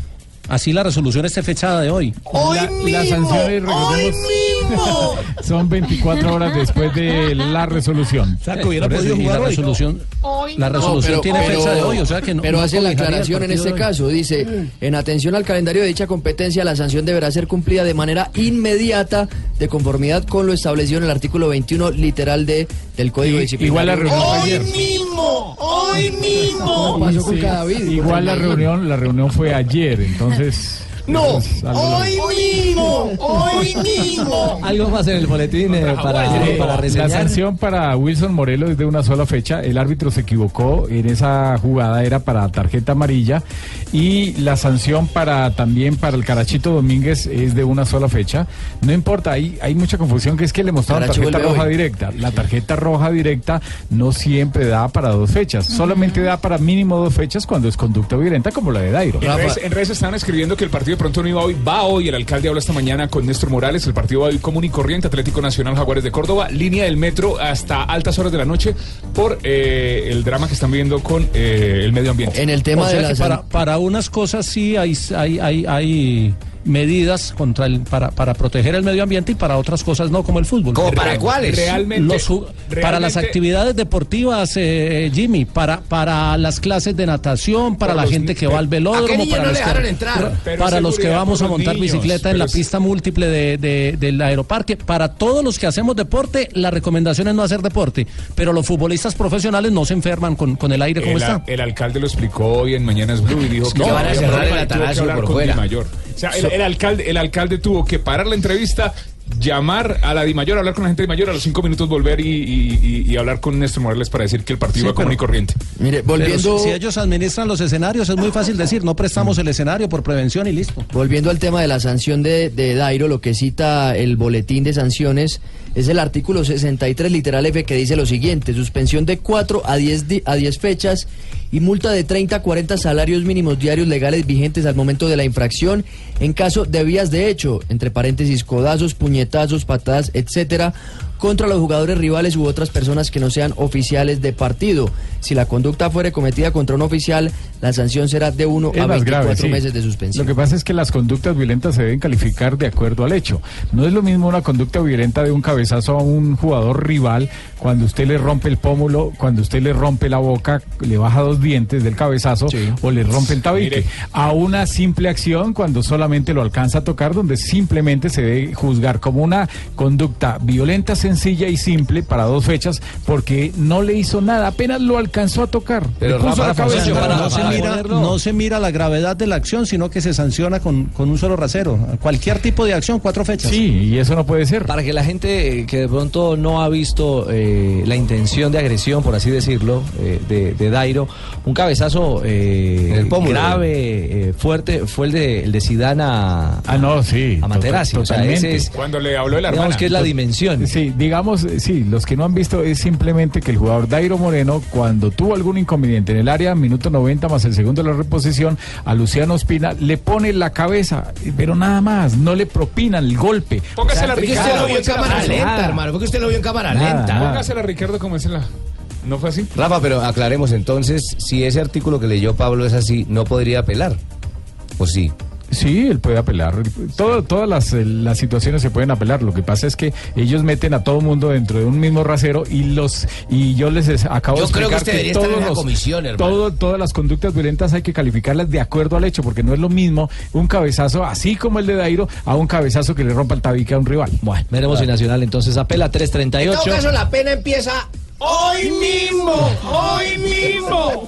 Speaker 18: Así la resolución esté fechada de hoy.
Speaker 2: Hoy La- mismo, las sanciones, recordemos- Son 24 horas después de la resolución.
Speaker 18: Saco, hubiera Por eso, podido y jugar la hoy. resolución-
Speaker 2: la resolución tiene fecha de hoy, o sea que no-
Speaker 22: Pero
Speaker 2: no
Speaker 22: hace la
Speaker 2: cobijaría el
Speaker 22: aclaración en
Speaker 2: partido
Speaker 22: este
Speaker 2: de hoy.
Speaker 22: caso. Dice: En atención al calendario de dicha competencia, la sanción deberá ser cumplida de manera inmediata, de conformidad con lo establecido en el artículo 21, literal de del Código
Speaker 2: igual la
Speaker 22: Disciplinario.
Speaker 2: reunión fue ayer.
Speaker 22: mismo! ¡Hoy mismo!
Speaker 2: Sí,
Speaker 22: pasó con
Speaker 2: sí.
Speaker 22: Cadavid?
Speaker 2: Igual la reunión, la reunión fue ayer, entonces. pues,
Speaker 22: No,
Speaker 2: entonces, algo-
Speaker 22: mismo!
Speaker 14: ¡Hoy mismo!
Speaker 5: Algo más en el boletín eh, para,
Speaker 2: Eh,
Speaker 5: para
Speaker 2: la
Speaker 5: reseñar.
Speaker 2: sanción para Wilson Morelos es de una sola fecha. El árbitro se equivocó en esa jugada, era para tarjeta amarilla. Y la sanción para también para el Carachito Domínguez es de una sola fecha. No importa, hay, hay mucha confusión que es que le mostraron
Speaker 22: Caracho
Speaker 2: tarjeta
Speaker 22: vuelve
Speaker 2: roja
Speaker 22: hoy.
Speaker 2: directa. La tarjeta roja directa no siempre da para dos fechas, solamente da para mínimo dos fechas cuando es conducta violenta como la de Dairo.
Speaker 17: En redes, en redes estaban escribiendo que el partido de pronto no iba hoy, va hoy. El alcalde habla esta mañana con Néstor Morales. El partido va hoy común y corriente, Atlético Nacional, Jaguares de Córdoba, línea del metro hasta altas horas de la noche por eh, el drama que están viviendo con eh, el medio ambiente.
Speaker 22: En el tema
Speaker 18: O sea
Speaker 22: de la
Speaker 18: que para, para unas cosas sí hay, hay, hay, hay medidas contra el, para, para proteger el medio ambiente y para otras cosas no, como el fútbol. ¿Como para Real- cuáles? Realmente, Los ju- Para las realmente- actividades deportivas, eh, Jimmy, para, para las clases de natación, para Por la los gente ni- que va al ¿A qué velódromo, niños para, no los le dejaron que, entrar? para- Pero para los que seguridad vamos a por los montar niños, bicicleta en pero la es- pista múltiple de- de- del aeroparque. Para todos los que hacemos deporte, la recomendación es no hacer deporte, pero los futbolistas profesionales no se enferman con, con el aire como
Speaker 17: El,
Speaker 18: está.
Speaker 17: a- el alcalde lo explicó hoy en Mañanas Blue y dijo que
Speaker 18: No,
Speaker 17: no
Speaker 18: van a
Speaker 17: había
Speaker 18: cerrar
Speaker 17: problema,
Speaker 18: el
Speaker 17: tuvo que
Speaker 18: Atanasio
Speaker 17: hablar
Speaker 18: por
Speaker 17: con
Speaker 18: fuera.
Speaker 17: Dimayor. O sea, el,
Speaker 18: So-
Speaker 17: el alcalde, el alcalde tuvo que parar la entrevista, llamar a la Dimayor, hablar con la gente de Dimayor, a los cinco minutos volver y, y- y- y hablar con Néstor Morales para decir que el partido
Speaker 18: Sí,
Speaker 17: iba común
Speaker 18: pero-
Speaker 17: y corriente.
Speaker 22: Mire,
Speaker 18: Pero si, si ellos administran los escenarios, es muy fácil decir, no prestamos el escenario por prevención y listo.
Speaker 22: Volviendo al tema de la sanción de, de Dairo, lo que cita el boletín de sanciones es el artículo 63, literal F, que dice lo siguiente: suspensión de 4 a 10, di- a 10 fechas y multa de 30 a 40 salarios mínimos diarios legales vigentes al momento de la infracción en caso de vías de hecho, entre paréntesis, codazos, puñaladas. puñetazos, patadas, etcétera, contra los jugadores rivales u otras personas que no sean oficiales de partido. Si la conducta fuere cometida contra un oficial, la sanción será de 1
Speaker 2: Es
Speaker 22: a
Speaker 2: más
Speaker 22: 24
Speaker 2: grave, sí.
Speaker 22: meses de suspensión.
Speaker 2: Lo que pasa es que las conductas violentas se deben calificar de acuerdo al hecho. No es lo mismo una conducta violenta de un cabezazo a un jugador rival cuando usted le rompe el pómulo, cuando usted le rompe la boca, le baja dos dientes del cabezazo o le rompe el tabique. A una simple acción cuando solamente lo alcanza a tocar, donde simplemente se debe juzgar como una conducta violenta, sencilla y simple para dos fechas, porque no le hizo nada, apenas lo alcanzó a tocar.
Speaker 18: Pero
Speaker 2: Le puso
Speaker 18: Rafa,
Speaker 2: la cabeza.
Speaker 18: Fonseca, para-
Speaker 2: No se mira,
Speaker 25: no se mira la gravedad de la acción, sino que se sanciona con, con un solo rasero. Cualquier tipo de acción, cuatro fechas.
Speaker 2: Sí, y eso no puede ser.
Speaker 5: Para que la gente eh, que de pronto no ha visto eh, la intención de agresión, por así decirlo, eh, de, de Dairo, un cabezazo eh,
Speaker 25: pómulo.
Speaker 5: grave, eh, fuerte, fue el de, el de Zidane a,
Speaker 2: ah, no, sí,
Speaker 5: a Materazzi. O sea, ese es-
Speaker 17: Cuando le habló de la
Speaker 5: digamos
Speaker 17: hermana.
Speaker 5: que es la dimensión.
Speaker 2: Sí, digamos, eh, sí, los que no han visto es simplemente que el jugador Dairo Moreno, cuando tuvo algún inconveniente en el área, minuto 90 más el segundo de la reposición, a Luciano Ospina le pone la cabeza, eh, pero nada más, no le propinan el golpe.
Speaker 12: Póngase la
Speaker 2: porque
Speaker 12: Ricardo.
Speaker 2: usted lo vio en cámara
Speaker 12: Nada.
Speaker 2: lenta, hermano,
Speaker 7: porque usted lo vio en cámara
Speaker 2: Nada, lenta. nada.
Speaker 12: Póngasela, Ricardo, como es en la. ¿No fue así?
Speaker 16: Rafa, pero aclaremos entonces, si ese artículo que leyó Pablo es así, ¿no podría apelar? ¿O sí?
Speaker 2: Sí, él puede apelar. Todo- todas las, eh, las situaciones se pueden apelar. Lo que pasa es que ellos meten a todo mundo dentro de un mismo rasero y los y yo les es- acabo
Speaker 7: Yo
Speaker 2: de
Speaker 7: creo que
Speaker 2: explicar
Speaker 7: usted debería estar en una comisión, hermano.
Speaker 2: todo- todas las conductas violentas hay que calificarlas de acuerdo al hecho, porque no es lo mismo un cabezazo así como el de Dairo a un cabezazo que le rompa el tabique a un rival.
Speaker 5: Bueno, veremos si Nacional entonces apela
Speaker 7: En todo
Speaker 5: 338.
Speaker 7: caso, la pena empieza hoy mismo. Hoy mismo.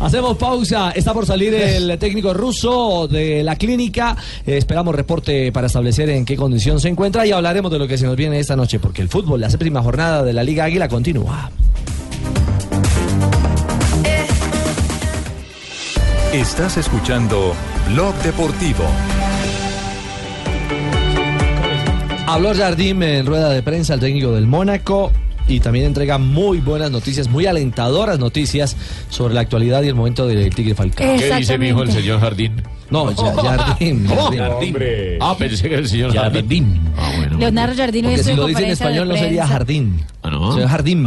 Speaker 5: Hacemos pausa. Está por salir el técnico ruso de la clínica. Eh, Esperamos reporte para establecer en qué condición se encuentra y hablaremos de lo que se nos viene esta noche, porque el fútbol, la séptima jornada de la Liga Águila continúa.
Speaker 1: Estás escuchando Blog Deportivo.
Speaker 5: Habló Jardim en rueda de prensa, el técnico del Mónaco. Y también entrega muy buenas noticias, muy alentadoras noticias sobre la actualidad y el momento del Tigre Falcao.
Speaker 19: ¿Qué dice mi hijo el señor Jardín?
Speaker 5: No, ya- Jardín.
Speaker 19: ¿Cómo?
Speaker 5: Jardín.
Speaker 19: Hombre. Ah, pensé que el señor Jardín. Ah,
Speaker 6: Leonardo Jardín hoy
Speaker 19: Porque
Speaker 6: estuvo
Speaker 19: si lo dice
Speaker 6: en
Speaker 19: en
Speaker 6: conferencia de
Speaker 19: español no sería
Speaker 6: prensa.
Speaker 5: Jardín.
Speaker 19: Ah, no.
Speaker 5: Señor Jardín.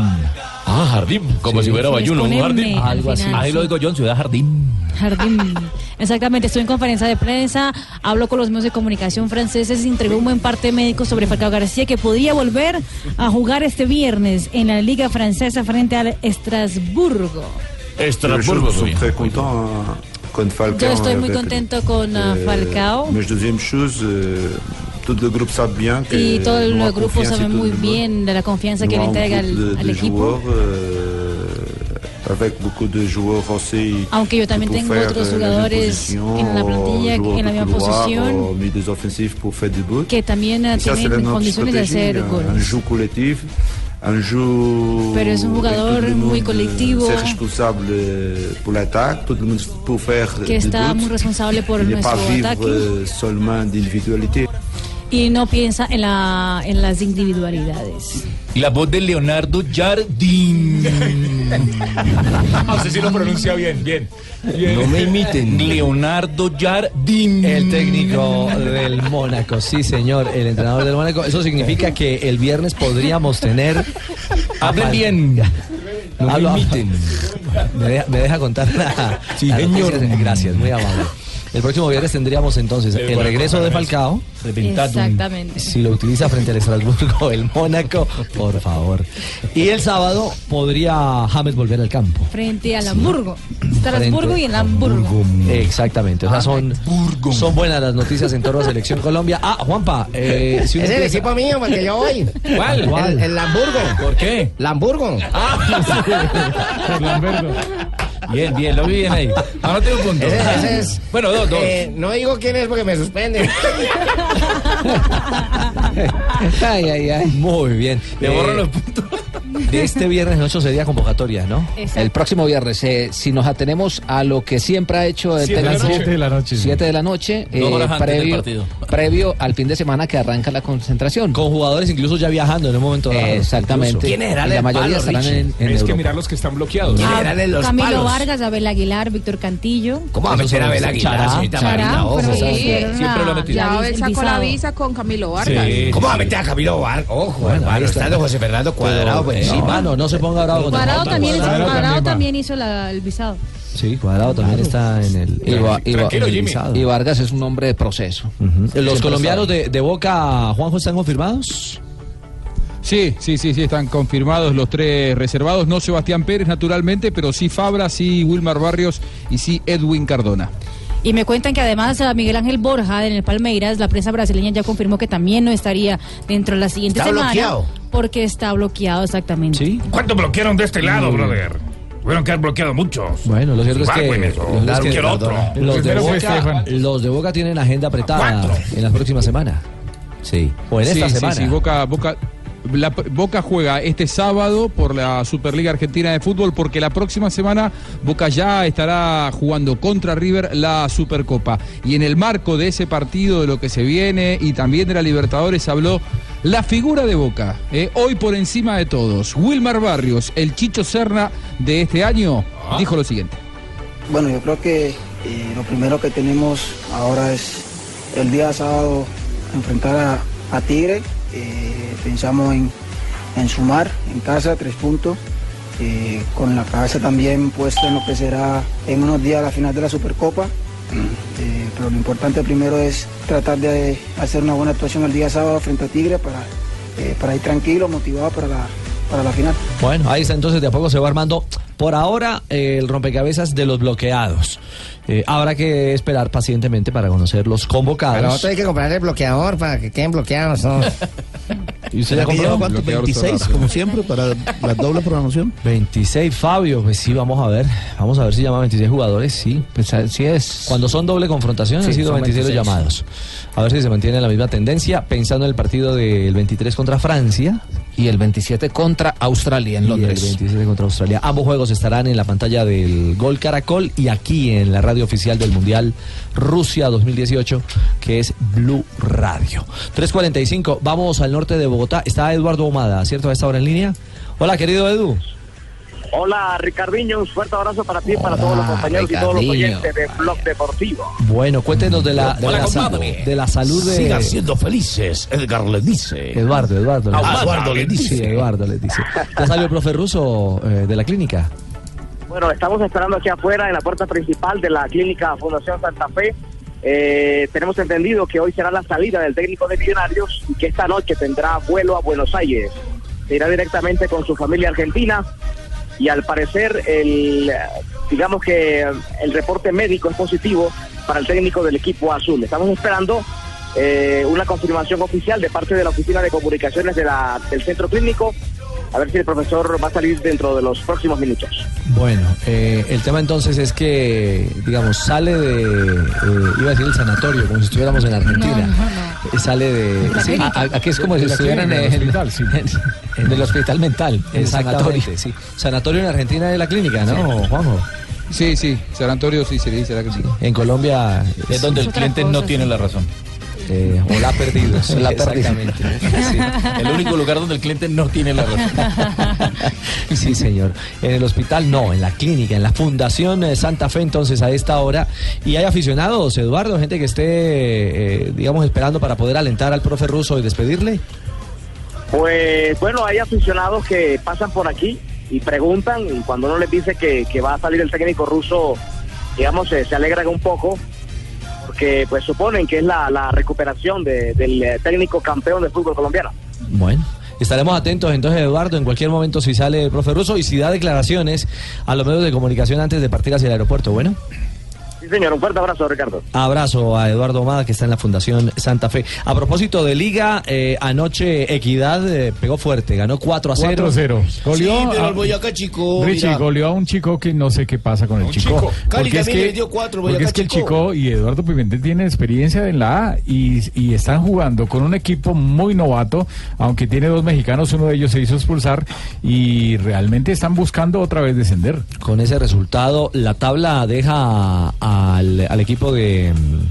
Speaker 19: Ah, Jardín. Como si fuera
Speaker 6: Sí,
Speaker 19: Bayuno, un
Speaker 6: poneme
Speaker 19: jardín. Ah,
Speaker 6: al Algo así. final,
Speaker 19: Ahí
Speaker 6: sí.
Speaker 19: lo digo yo en Ciudad Jardín.
Speaker 6: Jardín. Exactamente, estuve en conferencia de prensa, habló con los medios de comunicación franceses, entregó un buen parte médico sobre Falcao García que podría volver a jugar este viernes en la Liga Francesa frente al Estrasburgo.
Speaker 33: Estrasburgo. Je suis très content euh, quand Falcao.
Speaker 6: Yo estoy muy
Speaker 33: avec-
Speaker 6: contento con ah,
Speaker 33: Euh,
Speaker 6: Falcao
Speaker 33: Mais deuxième chose, euh, tout le groupe sait bien que.
Speaker 6: y todo
Speaker 33: nous,
Speaker 6: el
Speaker 33: en
Speaker 6: grupo
Speaker 33: confiance,
Speaker 6: sabe
Speaker 33: et tout
Speaker 6: muy
Speaker 33: le monde,
Speaker 6: bien de la confianza que
Speaker 33: nous avons
Speaker 6: le
Speaker 33: un
Speaker 6: entrega
Speaker 33: groupe
Speaker 6: al,
Speaker 33: de-
Speaker 6: al
Speaker 33: de joueurs,
Speaker 6: equipo.
Speaker 33: euh, avec beaucoup de joueurs aussi.
Speaker 6: Aunque yo también
Speaker 33: pour
Speaker 6: tengo
Speaker 33: faire,
Speaker 6: otros
Speaker 33: euh, la
Speaker 6: jugadores
Speaker 33: position,
Speaker 6: en la plantilla,
Speaker 33: joueurs
Speaker 6: en la
Speaker 33: de
Speaker 6: misma
Speaker 33: couloir,
Speaker 6: posición.
Speaker 33: euh, milieux offensifs pour faire du but.
Speaker 6: que también ah,
Speaker 33: Et ça, c'est la
Speaker 6: tienen
Speaker 33: notre
Speaker 6: condiciones de
Speaker 33: stratégie, un-
Speaker 6: hacer
Speaker 33: Un
Speaker 6: goles.
Speaker 33: jeu collectif, un jeu.
Speaker 6: Pero es un jugador muy colectivo
Speaker 33: euh, C'est responsable euh, pour l'attaque, tout le monde pour faire
Speaker 6: que
Speaker 33: des
Speaker 6: está
Speaker 33: buts.
Speaker 6: muy responsable por
Speaker 33: Il n'est pas
Speaker 6: nuestro
Speaker 33: vivre
Speaker 6: ataque
Speaker 33: euh, seulement d'individualité.
Speaker 6: y no piensa en, la, en las individualidades.
Speaker 21: La voz de Leonardo Jardín.
Speaker 10: Eh,
Speaker 17: No sé si lo pronuncia bien, bien. bien.
Speaker 21: Leonardo Jardín.
Speaker 5: El técnico del Mónaco, sí señor, el entrenador del Mónaco. Eso significa que el viernes podríamos tener... Hablen bien. No me imiten. Me deja, me deja contar la...
Speaker 25: Sí,
Speaker 5: la noticia.
Speaker 25: señor.
Speaker 5: Gracias, muy amable. El próximo viernes tendríamos entonces el,
Speaker 25: Mónaco
Speaker 5: regreso de Falcao.
Speaker 6: Exactamente.
Speaker 5: Si lo utiliza frente al Estrasburgo, el Mónaco, por favor. Y el sábado podría James volver al campo.
Speaker 6: Frente al Hamburgo. Estrasburgo y el Hamburgo.
Speaker 5: Exactamente. O sea, son, son buenas las noticias en torno a Selección Colombia. Ah, Juanpa, eh, si uno
Speaker 7: es el
Speaker 5: piensa-
Speaker 7: equipo mío, porque yo voy.
Speaker 5: ¿Cuál?
Speaker 7: El, el Hamburgo.
Speaker 5: ¿Por qué?
Speaker 7: Hamburgo.
Speaker 19: Ah.
Speaker 21: Bien, bien, lo vi bien ahí. Ahora tengo un punto.
Speaker 7: Ese- ese es-
Speaker 21: Bueno, dos, dos.
Speaker 7: Eh, no digo quién es porque me suspenden.
Speaker 5: Muy bien.
Speaker 21: Le borro los puntos.
Speaker 5: Eh, De este viernes en ocho sería convocatoria, ¿no?
Speaker 6: Exacto.
Speaker 8: El próximo viernes, eh, si nos atenemos a lo que siempre ha hecho el
Speaker 5: Siete de la
Speaker 8: técnico,
Speaker 5: noche. Siete de la noche, sí.
Speaker 8: siete de la noche, eh,
Speaker 5: Dos horas antes del
Speaker 8: previo,
Speaker 5: partido.
Speaker 8: previo al fin de semana que arranca la concentración.
Speaker 5: Con jugadores incluso ya viajando en un momento dado.
Speaker 8: Exactamente. Y la mayoría estarán en, en
Speaker 17: es que
Speaker 8: Europa.
Speaker 17: mirar los que están bloqueados.
Speaker 6: Ah, Camilo Vargas, Abel Aguilar, Víctor Cantillo.
Speaker 17: ¿Cómo va a meter a Abel Aguilar, señorita
Speaker 6: Chará,
Speaker 4: Ah,
Speaker 17: Marina?
Speaker 6: pero
Speaker 17: Ojo.
Speaker 6: sí,
Speaker 17: Siempre
Speaker 6: una-
Speaker 17: lo ha metido.
Speaker 6: ya
Speaker 16: Ya él
Speaker 6: el
Speaker 16: sacó la
Speaker 6: visado.
Speaker 16: visa con Camilo Vargas.
Speaker 17: Sí.
Speaker 16: ¿Cómo?
Speaker 17: ¿Cómo
Speaker 4: va a meter a Camilo Vargas? Ojo, hermano, estando José Fernando Cuadrado por
Speaker 5: eh, No,
Speaker 4: encima.
Speaker 5: mano, no se ponga bravo. con
Speaker 6: Cuadrado
Speaker 5: nosotros.
Speaker 6: también,
Speaker 5: Cuadrado
Speaker 6: Cuadrado
Speaker 5: también va.
Speaker 6: también hizo la- el visado.
Speaker 5: Sí, Cuadrado también está en el.
Speaker 8: Y, Va- y Va-
Speaker 5: Tranquilo, Jimmy.
Speaker 8: y Vargas es un hombre de proceso.
Speaker 5: ¿Los
Speaker 8: Siempre
Speaker 5: colombianos de, de Boca, Juanjo, están confirmados?
Speaker 19: Sí, sí, sí, sí, están confirmados los tres reservados. No Sebastián Pérez, naturalmente, pero sí Fabra, sí Wilmar Barrios y sí Edwin Cardona.
Speaker 6: Y me cuentan que además a Miguel Ángel Borja en el Palmeiras, la prensa brasileña ya confirmó que también no estaría dentro de la siguiente
Speaker 9: Está
Speaker 6: semana.
Speaker 9: bloqueado.
Speaker 6: Porque está bloqueado exactamente.
Speaker 9: ¿Cuánto bloquearon de este lado, brother? Tuvieron que haber bloqueado muchos.
Speaker 5: Bueno, lo cierto es que,
Speaker 9: Bagüen, eso.
Speaker 5: lo cierto es que
Speaker 9: Cualquier otro.
Speaker 5: los, de
Speaker 9: Primero fue
Speaker 5: Boca,
Speaker 9: Estefan.
Speaker 5: los de Boca tienen agenda apretada en las próximas semanas. Sí. O Pues en
Speaker 19: Sí,
Speaker 5: esta
Speaker 19: sí,
Speaker 5: semana.
Speaker 19: sí, Boca, Boca, la- Boca juega este sábado por la Superliga Argentina de Fútbol porque la próxima semana Boca ya estará jugando contra River la Supercopa. Y en el marco de ese partido, de lo que se viene y también de la Libertadores, habló la figura de Boca. eh, hoy por encima de todos, Wilmar Barrios, el Chicho Serna de este año,
Speaker 5: Ah.
Speaker 19: dijo lo siguiente.
Speaker 11: Bueno, yo creo que eh, lo primero que tenemos ahora es el día sábado enfrentar a, a Tigre. Eh, pensamos en, en sumar en casa tres puntos, eh, con la cabeza también puesta en lo que será en unos días la final de la Supercopa. Eh, pero lo importante primero es tratar de hacer una buena actuación el día sábado frente a Tigre para, eh, para ir tranquilo, motivado para la, para la final.
Speaker 5: Bueno, ahí está entonces, de a poco se va armando. Por ahora, eh, el rompecabezas de los bloqueados. Eh, habrá que esperar pacientemente para conocer los convocados.
Speaker 18: Pero otro hay que comprar el bloqueador para que queden bloqueados. ¿no?
Speaker 5: ¿Y usted
Speaker 18: Pero
Speaker 5: ya
Speaker 18: que
Speaker 5: compró?
Speaker 18: lleva cuánto,
Speaker 5: Bloqueador
Speaker 18: 26,
Speaker 5: cerrado.
Speaker 18: como siempre, para la doble programación.
Speaker 5: 26, Fabio, pues sí, vamos a ver. Vamos a ver si llama 26 jugadores, sí. Pues así es. Cuando son doble confrontación,
Speaker 34: Sí,
Speaker 5: han sido
Speaker 34: son 26.
Speaker 5: 26 los llamados. A ver si se mantiene la misma tendencia, pensando en el partido del 23 contra Francia. Y el 27 contra Australia en
Speaker 8: Londres.
Speaker 5: el 27 contra Australia. Ambos juegos estarán en la pantalla del Gol Caracol y aquí en la radio oficial del Mundial Rusia 2018, que es Blue Radio. 3.45, vamos al norte de Bogotá. Está Eduardo Omada, ¿cierto? A esta hora en línea. Hola, querido Edu.
Speaker 35: Hola Ricardiño, un fuerte abrazo para ti, y para todos los compañeros y todos los
Speaker 5: Ricardinho.
Speaker 35: oyentes de Blog Deportivo.
Speaker 5: Bueno, cuéntenos de la, de
Speaker 35: Hola,
Speaker 5: la, sa-
Speaker 35: compadre.
Speaker 5: de la salud de...
Speaker 35: Sigan siendo
Speaker 5: felices, Edgar le dice. Eduardo, Eduardo.
Speaker 35: Ah, Eduardo le dice.
Speaker 5: Sí, Eduardo le dice. ¿Ya salió el profe ruso eh, de la clínica?
Speaker 35: Bueno, estamos esperando aquí afuera en la puerta principal de la clínica Fundación Santa Fe. Eh, tenemos entendido que hoy será la salida del técnico de Millonarios y que esta noche tendrá vuelo a Buenos Aires. Se irá directamente con su familia argentina y al parecer el eh, digamos que eh, el reporte médico es positivo para el técnico del equipo azul. Estamos esperando eh, una confirmación oficial de parte de la oficina de comunicaciones de la- del centro clínico. A ver si el profesor va a salir dentro de los próximos minutos.
Speaker 5: Bueno, eh, el tema entonces es que, digamos, sale de... eh, iba a decir el sanatorio, como si estuviéramos en Argentina. Eh, Sale de...
Speaker 8: La clínica.
Speaker 5: a- a- aquí es como si
Speaker 8: De la
Speaker 5: estuvieran
Speaker 8: clínica,
Speaker 5: en
Speaker 8: del
Speaker 5: en- en el hospital mental.
Speaker 19: en el
Speaker 5: Exactamente,
Speaker 19: sanatorio.
Speaker 5: sí. Sanatorio en Argentina de la clínica, ¿no, Juanjo?
Speaker 19: Sí, sí, San Antonio sí se le dice, ¿será que sí?
Speaker 5: En Colombia...
Speaker 19: Es donde el cliente no tiene la razón.
Speaker 5: Eh, o la ha perdido. sí,
Speaker 19: La ha perdido.
Speaker 5: exactamente. Sí.
Speaker 2: El único lugar donde el cliente no tiene la razón.
Speaker 5: Sí, señor. En el hospital no, en la clínica, en la Fundación eh, Santa Fe, entonces a esta hora. Y hay aficionados, Eduardo, gente que esté, eh, digamos, esperando para poder alentar al profe ruso y despedirle.
Speaker 35: Pues bueno, hay aficionados que pasan por aquí y preguntan y cuando uno les dice que, que va a salir el técnico ruso, digamos, se, se alegran un poco porque pues suponen que es la, la recuperación de- del eh, técnico campeón de fútbol colombiano.
Speaker 5: Bueno. Estaremos atentos entonces, Eduardo, en cualquier momento si sale el profe ruso y si da declaraciones a los medios de comunicación antes de partir hacia el aeropuerto. Bueno,
Speaker 26: Sí, señor, un fuerte abrazo, Ricardo.
Speaker 5: Abrazo a Eduardo Omada que está en la Fundación Santa Fe. A propósito de Liga, eh, anoche Equidad eh, pegó fuerte, ganó 4 a 0.
Speaker 2: 4 a 0. Goleó
Speaker 5: Sí, pero
Speaker 2: a-
Speaker 5: el Boyacá Chicó,
Speaker 2: Richie
Speaker 5: mira.
Speaker 2: goleó a un chico que no sé qué pasa con el chico.
Speaker 5: chico. Cali
Speaker 2: Porque es
Speaker 5: también
Speaker 2: que,
Speaker 5: le dio cuatro,
Speaker 2: porque
Speaker 5: Boyacá
Speaker 2: es que el
Speaker 5: Chicó.
Speaker 2: chico y Eduardo Pimentel tienen experiencia en la A y, y están jugando con un equipo muy novato, aunque tiene dos mexicanos, uno de ellos se hizo expulsar y realmente están buscando otra vez descender.
Speaker 5: Con ese resultado, Oh, la tabla deja al, al equipo de mm,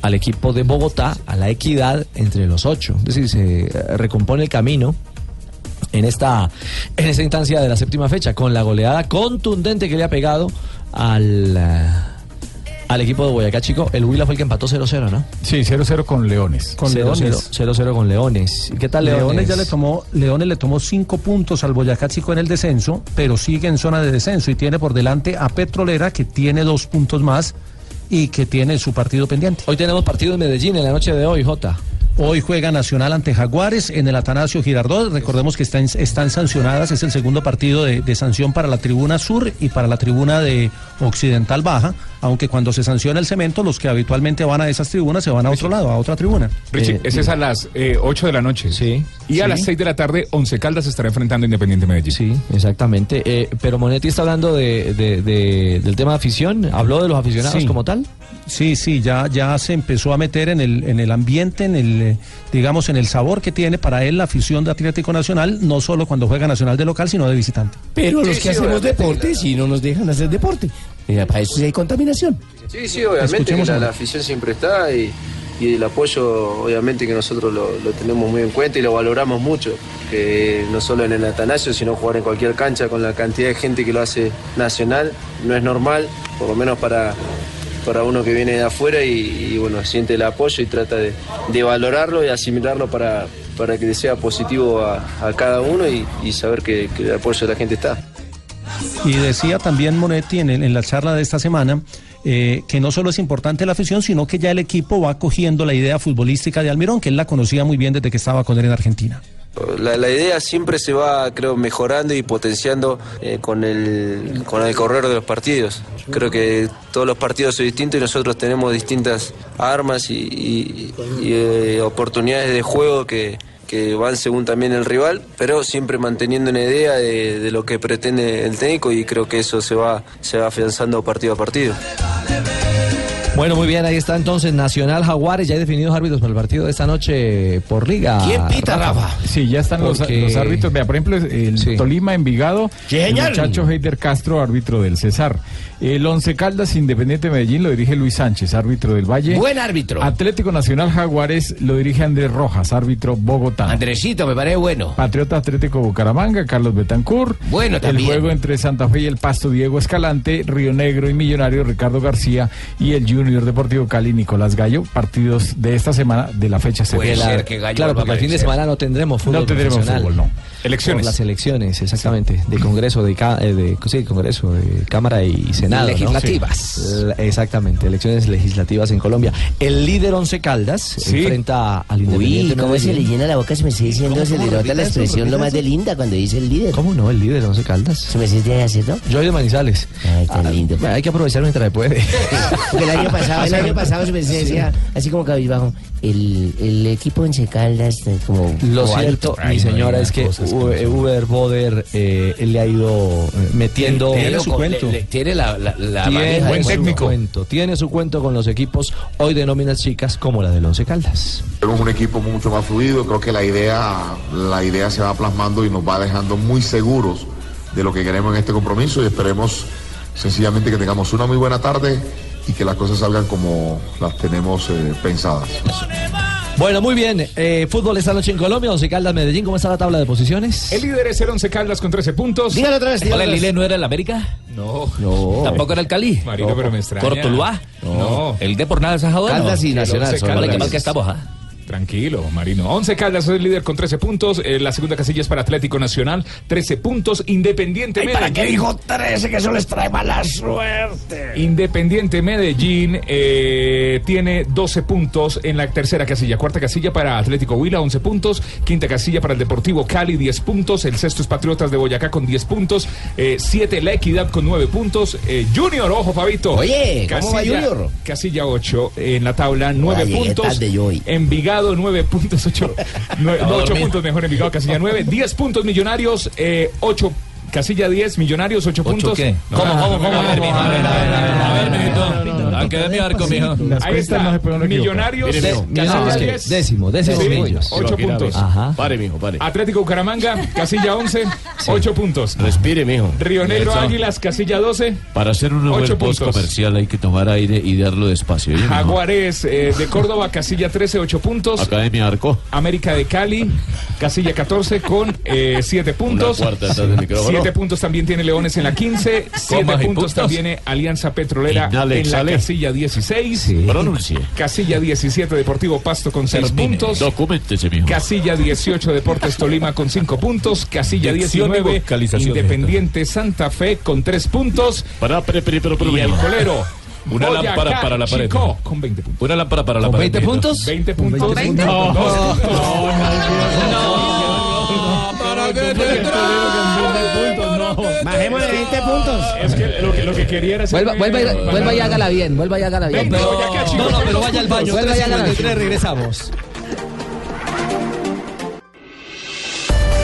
Speaker 5: al equipo de Bogotá, a la equidad, entre los ocho. Es decir, se eh, recompone el camino en esta, en esta instancia de la séptima fecha, con la goleada contundente que le ha pegado al, eh, al equipo de Boyacá Chico. El Huila fue el que empató 0-0, ¿no?
Speaker 2: Sí, 0-0 con Leones.
Speaker 5: Con 0-0, Leones. 0-0 con Leones. ¿Y qué tal
Speaker 18: Leones?
Speaker 5: Leones?
Speaker 18: ya le tomó, Leones le tomó cinco puntos al Boyacá Chico en el descenso, pero sigue en zona de descenso y tiene por delante a Petrolera que tiene dos puntos más y que tiene su partido pendiente.
Speaker 5: Hoy tenemos partido en Medellín en la noche de hoy, Jota.
Speaker 18: Hoy juega Nacional ante Jaguares en el Atanasio Girardot. Recordemos que están, están sancionadas. Es el segundo partido de, de sanción para la tribuna sur y para la tribuna de occidental baja. Aunque cuando se sanciona el cemento, los que habitualmente van a esas tribunas se van a otro lado, a otra tribuna.
Speaker 4: Eh,
Speaker 17: Richie, ese es a las eh, 8 de la noche. Sí. Y a
Speaker 18: Sí.
Speaker 17: las 6 de la tarde, Once Caldas estará enfrentando a Independiente Medellín.
Speaker 5: Sí, exactamente. Eh, pero Monetti está hablando de, de- de- Eh, del tema de afición. ¿Habló de los aficionados
Speaker 18: Sí.
Speaker 5: como tal?
Speaker 18: Sí, sí, ya, ya se empezó a meter en el, en el ambiente, en el, eh, digamos, en el sabor que tiene para él la afición de Atlético Nacional, no solo cuando juega Nacional de local, sino de visitante.
Speaker 7: Pero los que hacemos deporte, si no nos dejan hacer deporte.
Speaker 4: Eh,
Speaker 7: Mira, para eso sí hay contaminación.
Speaker 24: Sí, sí, obviamente que
Speaker 7: Escuchemos
Speaker 24: la,
Speaker 7: a-
Speaker 24: la afición siempre está y, y el apoyo, obviamente que nosotros lo, lo tenemos muy en cuenta y lo valoramos mucho. Que no solo en el Atanasio, sino jugar en cualquier cancha con la cantidad de gente que lo hace nacional, no es normal, por lo menos para, para uno que viene de afuera y, y, bueno, siente el apoyo y trata de, de valorarlo y asimilarlo para, para que sea positivo a, a cada uno y, y saber que, que el apoyo de la gente está.
Speaker 18: Y decía también Monetti en, el- en la charla de esta semana eh, que no solo es importante la afición, sino que ya el equipo va cogiendo la idea futbolística de Almirón, que él la conocía muy bien desde que estaba con él en Argentina.
Speaker 24: La, la idea siempre se va, creo, mejorando y potenciando eh, con, el, con el correr de los partidos. Creo que todos los partidos son distintos y nosotros tenemos distintas armas y, y- y, eh, oportunidades de juego que, que van según también el rival, pero siempre manteniendo una idea de, de lo que pretende el técnico y creo que eso se va, se va afianzando partido a partido.
Speaker 5: Bueno, muy bien, ahí está entonces Nacional Jaguares. Ya hay definidos árbitros para el partido de esta noche por Liga.
Speaker 2: Sí, ya están los-
Speaker 5: Porque-
Speaker 2: los, árbitros. Vea, por ejemplo, el Tolima Envigado, el
Speaker 5: genial!
Speaker 2: muchacho Heider Castro, árbitro del Cesar. El Once Caldas Independiente de Medellín lo dirige Luis Sánchez, árbitro del Valle.
Speaker 7: Buen árbitro.
Speaker 2: Atlético Nacional Jaguares lo dirige Andrés Rojas, árbitro Bogotá.
Speaker 7: Andresito, me parece bueno.
Speaker 2: Patriota Atlético Bucaramanga, Carlos Betancur.
Speaker 7: Bueno,
Speaker 2: El
Speaker 7: también.
Speaker 2: juego entre Santa Fe y el Pasto, Diego Escalante, Río Negro y Millonario, Ricardo García. Y el Junior Deportivo Cali, Nicolás Gallo. Partidos de esta semana de la fecha
Speaker 5: Porque la- claro, porque el fin de semana no tendremos fútbol.
Speaker 2: No tendremos
Speaker 5: profesional.
Speaker 2: fútbol, no.
Speaker 5: Por las elecciones, exactamente. De Congreso, de, ca- eh, de- sí, Congreso, de Cámara y Senado. ¿no?
Speaker 8: Legislativas.
Speaker 5: Sí. L- Exactamente, elecciones legislativas en Colombia. El líder Once Caldas enfrenta al Independiente.
Speaker 7: Uy, cómo se
Speaker 5: Medellín.
Speaker 7: le llena la boca, se me está diciendo, se le nota la expresión lo más de linda cuando dice el líder.
Speaker 5: ¿Cómo no? El líder, Once Caldas. ¿Se
Speaker 7: me siente haciendo?
Speaker 5: Yo soy de Manizales. Ay, qué lindo. hay que aprovechar mientras se puede.
Speaker 7: Porque el año pasado, el año pasado se me decía, así como cabizbajo, el, el equipo Once Caldas, eh, como...
Speaker 5: Lo
Speaker 7: como
Speaker 5: cierto,
Speaker 7: alto. Ay,
Speaker 5: mi
Speaker 7: no,
Speaker 5: señora,
Speaker 7: hay
Speaker 5: es que
Speaker 7: unas cosas como
Speaker 5: Uber,
Speaker 7: son.
Speaker 5: Uber Boder eh, él le ha ido eh, metiendo.
Speaker 7: Tiene su cuento.
Speaker 5: tiene la, la,
Speaker 7: la
Speaker 5: tiene
Speaker 7: manija de
Speaker 5: su
Speaker 7: técnico.
Speaker 5: cuento. Tiene su cuento con los equipos hoy de nóminas chicas como la del Once Caldas.
Speaker 4: Tenemos un equipo mucho más fluido, creo que la idea, la idea se va plasmando y nos va dejando muy seguros de lo que queremos en este compromiso y esperemos sencillamente que tengamos una muy buena tarde y que las cosas salgan como las tenemos eh, pensadas.
Speaker 5: Bueno, muy bien. eh, fútbol esta noche en Colombia, Once Caldas Medellín. ¿Cómo está la tabla de posiciones?
Speaker 17: El líder es el Once Caldas con 13 puntos.
Speaker 7: Dígalo otra vez, dígalo
Speaker 17: Hola,
Speaker 7: otra vez.
Speaker 17: Lile,
Speaker 23: ¿No era el América?
Speaker 17: No.
Speaker 23: Tampoco era el Cali.
Speaker 17: Marino, pero me extraña.
Speaker 23: Cortuluá.
Speaker 17: No.
Speaker 23: El de por nada es Sajadona.
Speaker 17: Caldas y Nacional
Speaker 23: Hola,
Speaker 17: son
Speaker 23: qué
Speaker 17: los
Speaker 23: mal
Speaker 17: mismos.
Speaker 23: que estamos, ¿ah?
Speaker 17: Tranquilo, Marino. 11 Caldas es el líder con 13 puntos. eh, la segunda casilla es para Atlético Nacional. 13 puntos. Independiente
Speaker 4: Ay, ¿para qué dijo 13? Que eso les trae mala
Speaker 17: suerte. Independiente Medellín eh, tiene 12 puntos en la tercera casilla. Cuarta casilla para Atlético Huila, 11 puntos. Quinta casilla para el Deportivo Cali, 10 puntos. El sexto es Patriotas de Boyacá con 10 puntos. 7 La Equidad con 9 puntos. Eh, junior, ojo, Fabito.
Speaker 4: Oye, ¿cómo va Junior?
Speaker 17: Casilla 8 en la tabla, 9
Speaker 4: Oye, ¿qué
Speaker 17: puntos.
Speaker 4: tal de hoy?
Speaker 17: Envigado 9 puntos, 8,
Speaker 4: Estaba dormido.
Speaker 17: puntos mejor Envigado, Casilla 9, 10 puntos Millonarios, 8 Casilla 10, Millonarios 8 puntos.
Speaker 36: qué?
Speaker 17: No,
Speaker 36: ¿Cómo,
Speaker 17: no,
Speaker 36: cómo,
Speaker 17: no,
Speaker 36: cómo?
Speaker 17: no,
Speaker 36: A ver,
Speaker 17: no,
Speaker 36: mijo,
Speaker 17: no,
Speaker 36: a ver,
Speaker 17: no,
Speaker 36: a ver,
Speaker 17: no,
Speaker 36: a ver,
Speaker 17: no,
Speaker 36: a ver,
Speaker 17: no,
Speaker 36: mijito.
Speaker 17: no, no, no,
Speaker 36: Ah, que de mi arco,
Speaker 17: despacito.
Speaker 36: mijo.
Speaker 17: Las
Speaker 36: Ahí
Speaker 17: cuentas
Speaker 36: está.
Speaker 17: no se pueden equivocar.
Speaker 36: Millonarios,
Speaker 17: Mire, mijo.
Speaker 36: Casilla
Speaker 17: Ah,
Speaker 36: 10.
Speaker 5: Décimo, décimo.
Speaker 17: Sí,
Speaker 5: millo.
Speaker 17: ocho puntos.
Speaker 5: Ajá. Pare, mijo, pare.
Speaker 17: Atlético Bucaramanga, Casilla 11, 8 puntos.
Speaker 5: Respire, mijo.
Speaker 17: Río Negro
Speaker 9: Eso.
Speaker 17: Águilas, Casilla 12.
Speaker 9: Para hacer un nuevo
Speaker 17: Ocho
Speaker 9: post
Speaker 17: puntos.
Speaker 9: comercial hay que tomar aire y darlo despacio. ¿oye, mijo?
Speaker 17: Jaguares eh, de Córdoba, Casilla 13, 8 puntos.
Speaker 9: Academia Arco.
Speaker 17: América de Cali, casilla 14 con 7 puntos.
Speaker 9: cuarta detrás del micrófono.
Speaker 17: 7 puntos también tiene Leones en la 15,
Speaker 9: Comas
Speaker 17: 7 puntos,
Speaker 9: y puntos.
Speaker 17: también tiene Alianza Petrolera
Speaker 9: Inhale,
Speaker 17: en la
Speaker 9: exhale.
Speaker 17: casilla 16.
Speaker 9: Pronuncie.
Speaker 17: Casilla 17 Deportivo Pasto con 6
Speaker 9: Termine.
Speaker 17: puntos.
Speaker 9: Documentese, mijo.
Speaker 17: Casilla 18 Deportes Tolima con 5 puntos, casilla
Speaker 9: Dicción y
Speaker 17: 19
Speaker 9: vocalización.
Speaker 17: Independiente Santa Fe con 3 puntos.
Speaker 9: Para pre, pre, pre, pre,
Speaker 17: y el
Speaker 9: mijo.
Speaker 17: colero
Speaker 9: Una
Speaker 17: Boyacá
Speaker 9: lámpara para la pared.
Speaker 17: Chicó,
Speaker 9: mijo.
Speaker 17: con 20 puntos.
Speaker 9: Una lámpara para la pared. mijito.
Speaker 17: 20 puntos.
Speaker 9: Con 20
Speaker 17: No.
Speaker 9: puntos.
Speaker 4: Bajemos de 20 puntos.
Speaker 17: Es que lo que, lo que quería era
Speaker 8: Vuelva, vuelva, y- vuelva y hágala bien, vuelva y hágala bien.
Speaker 5: No, no, no, pero vaya al baño.
Speaker 8: Vuelva y hágala bien.
Speaker 5: 3.53, regresamos.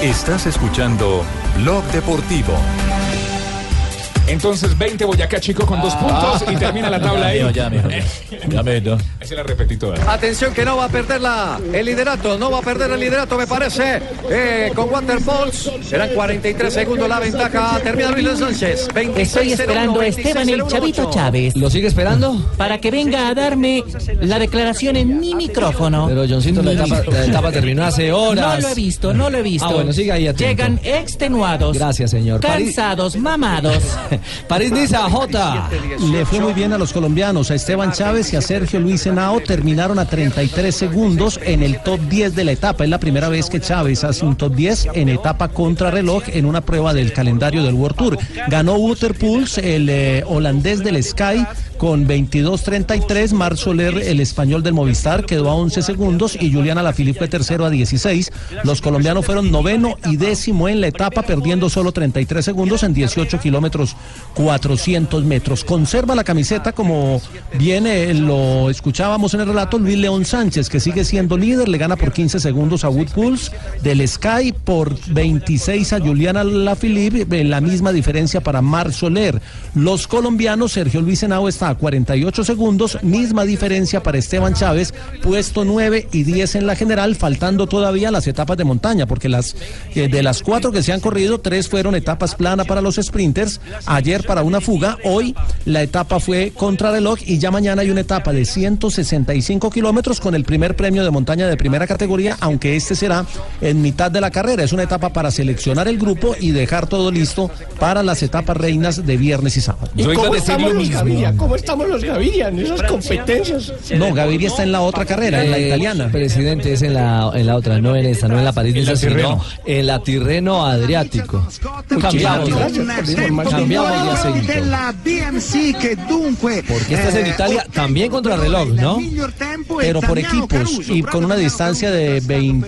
Speaker 1: Estás escuchando Blog Deportivo.
Speaker 17: Entonces 20 Boyacá Chico con
Speaker 9: Ah.
Speaker 17: 2 puntos y termina la tabla ahí.
Speaker 36: Ya, mijo, ya, mijo. Ya, mijo.
Speaker 17: Ahí se la repetí toda.
Speaker 37: Atención que no va a perderla el liderato, no va a perder el liderato me parece eh, con Waterpools. Serán 43 segundos la ventaja. Termina Luis Sánchez. 26
Speaker 38: Estoy esperando a Esteban el Chavito Chávez.
Speaker 5: ¿Lo sigue esperando?
Speaker 38: Para que venga a darme la declaración en mi micrófono.
Speaker 5: Pero Johncito, la etapa, la etapa terminó hace
Speaker 38: No
Speaker 5: horas.
Speaker 38: lo he visto, no lo he visto.
Speaker 5: Ah, bueno, siga ahí atento.
Speaker 38: Llegan extenuados.
Speaker 5: Gracias, señor. París-
Speaker 38: Cansados, mamados.
Speaker 5: París Niza, J.
Speaker 18: Le fue muy bien a los colombianos, a Esteban Chávez y a Sergio Luis Henao. Terminaron a 33 segundos en el top 10 de la etapa. Es la primera vez que Chávez hace un top 10 en etapa contrarreloj en una prueba del calendario del World Tour. Ganó Waterpools, el eh, holandés del Sky, con 22.33. Mar Soler, el español del Movistar, quedó a 11 segundos y Juliana Lafilipe tercero a 16. Los colombianos fueron noveno y décimo en la etapa, perdiendo solo 33 segundos en 18 kilómetros 400 metros. Conserva la camiseta como viene, lo escuchábamos en el relato, Luis León Sánchez, que sigue siendo líder, le gana por 15 segundos a Wood Pulse del Sky, por 26 a Juliana Lafilippe, eh, la misma diferencia para Mar Soler. Los colombianos, Sergio Luis Henao está a 48 segundos, misma diferencia para Esteban Chávez, puesto 9 y 10 en la general, faltando todavía las etapas de montaña, porque las eh, de las cuatro que se han corrido, tres fueron etapas planas para los sprinters, ayer para una fuga, hoy la etapa fue contrarreloj y ya mañana hay una etapa de 165 kilómetros con el primer premio de montaña de primera categoría, aunque este será en mitad de la carrera. Es una etapa para seleccionar el grupo y dejar todo listo para las etapas reinas de viernes y sábado.
Speaker 4: ¿Y cómo estamos los Gaviria? ¿Cómo estamos los Gaviria en esas competencias?
Speaker 18: No, Gaviria está en la otra carrera, en la
Speaker 5: Eh,
Speaker 18: italiana.
Speaker 5: Presidente, es en la, en la otra, no en esta, no en la París
Speaker 18: En la
Speaker 5: Niza, sino
Speaker 18: Tirreno.
Speaker 5: en la Tirreno Adriático. Cambiamos, cambiamo di assetto.
Speaker 39: della BMC che dunque
Speaker 5: Porque esta es
Speaker 18: eh,
Speaker 5: en Italia, también contra reloj, ¿no?
Speaker 18: pero por equipos y con una distancia de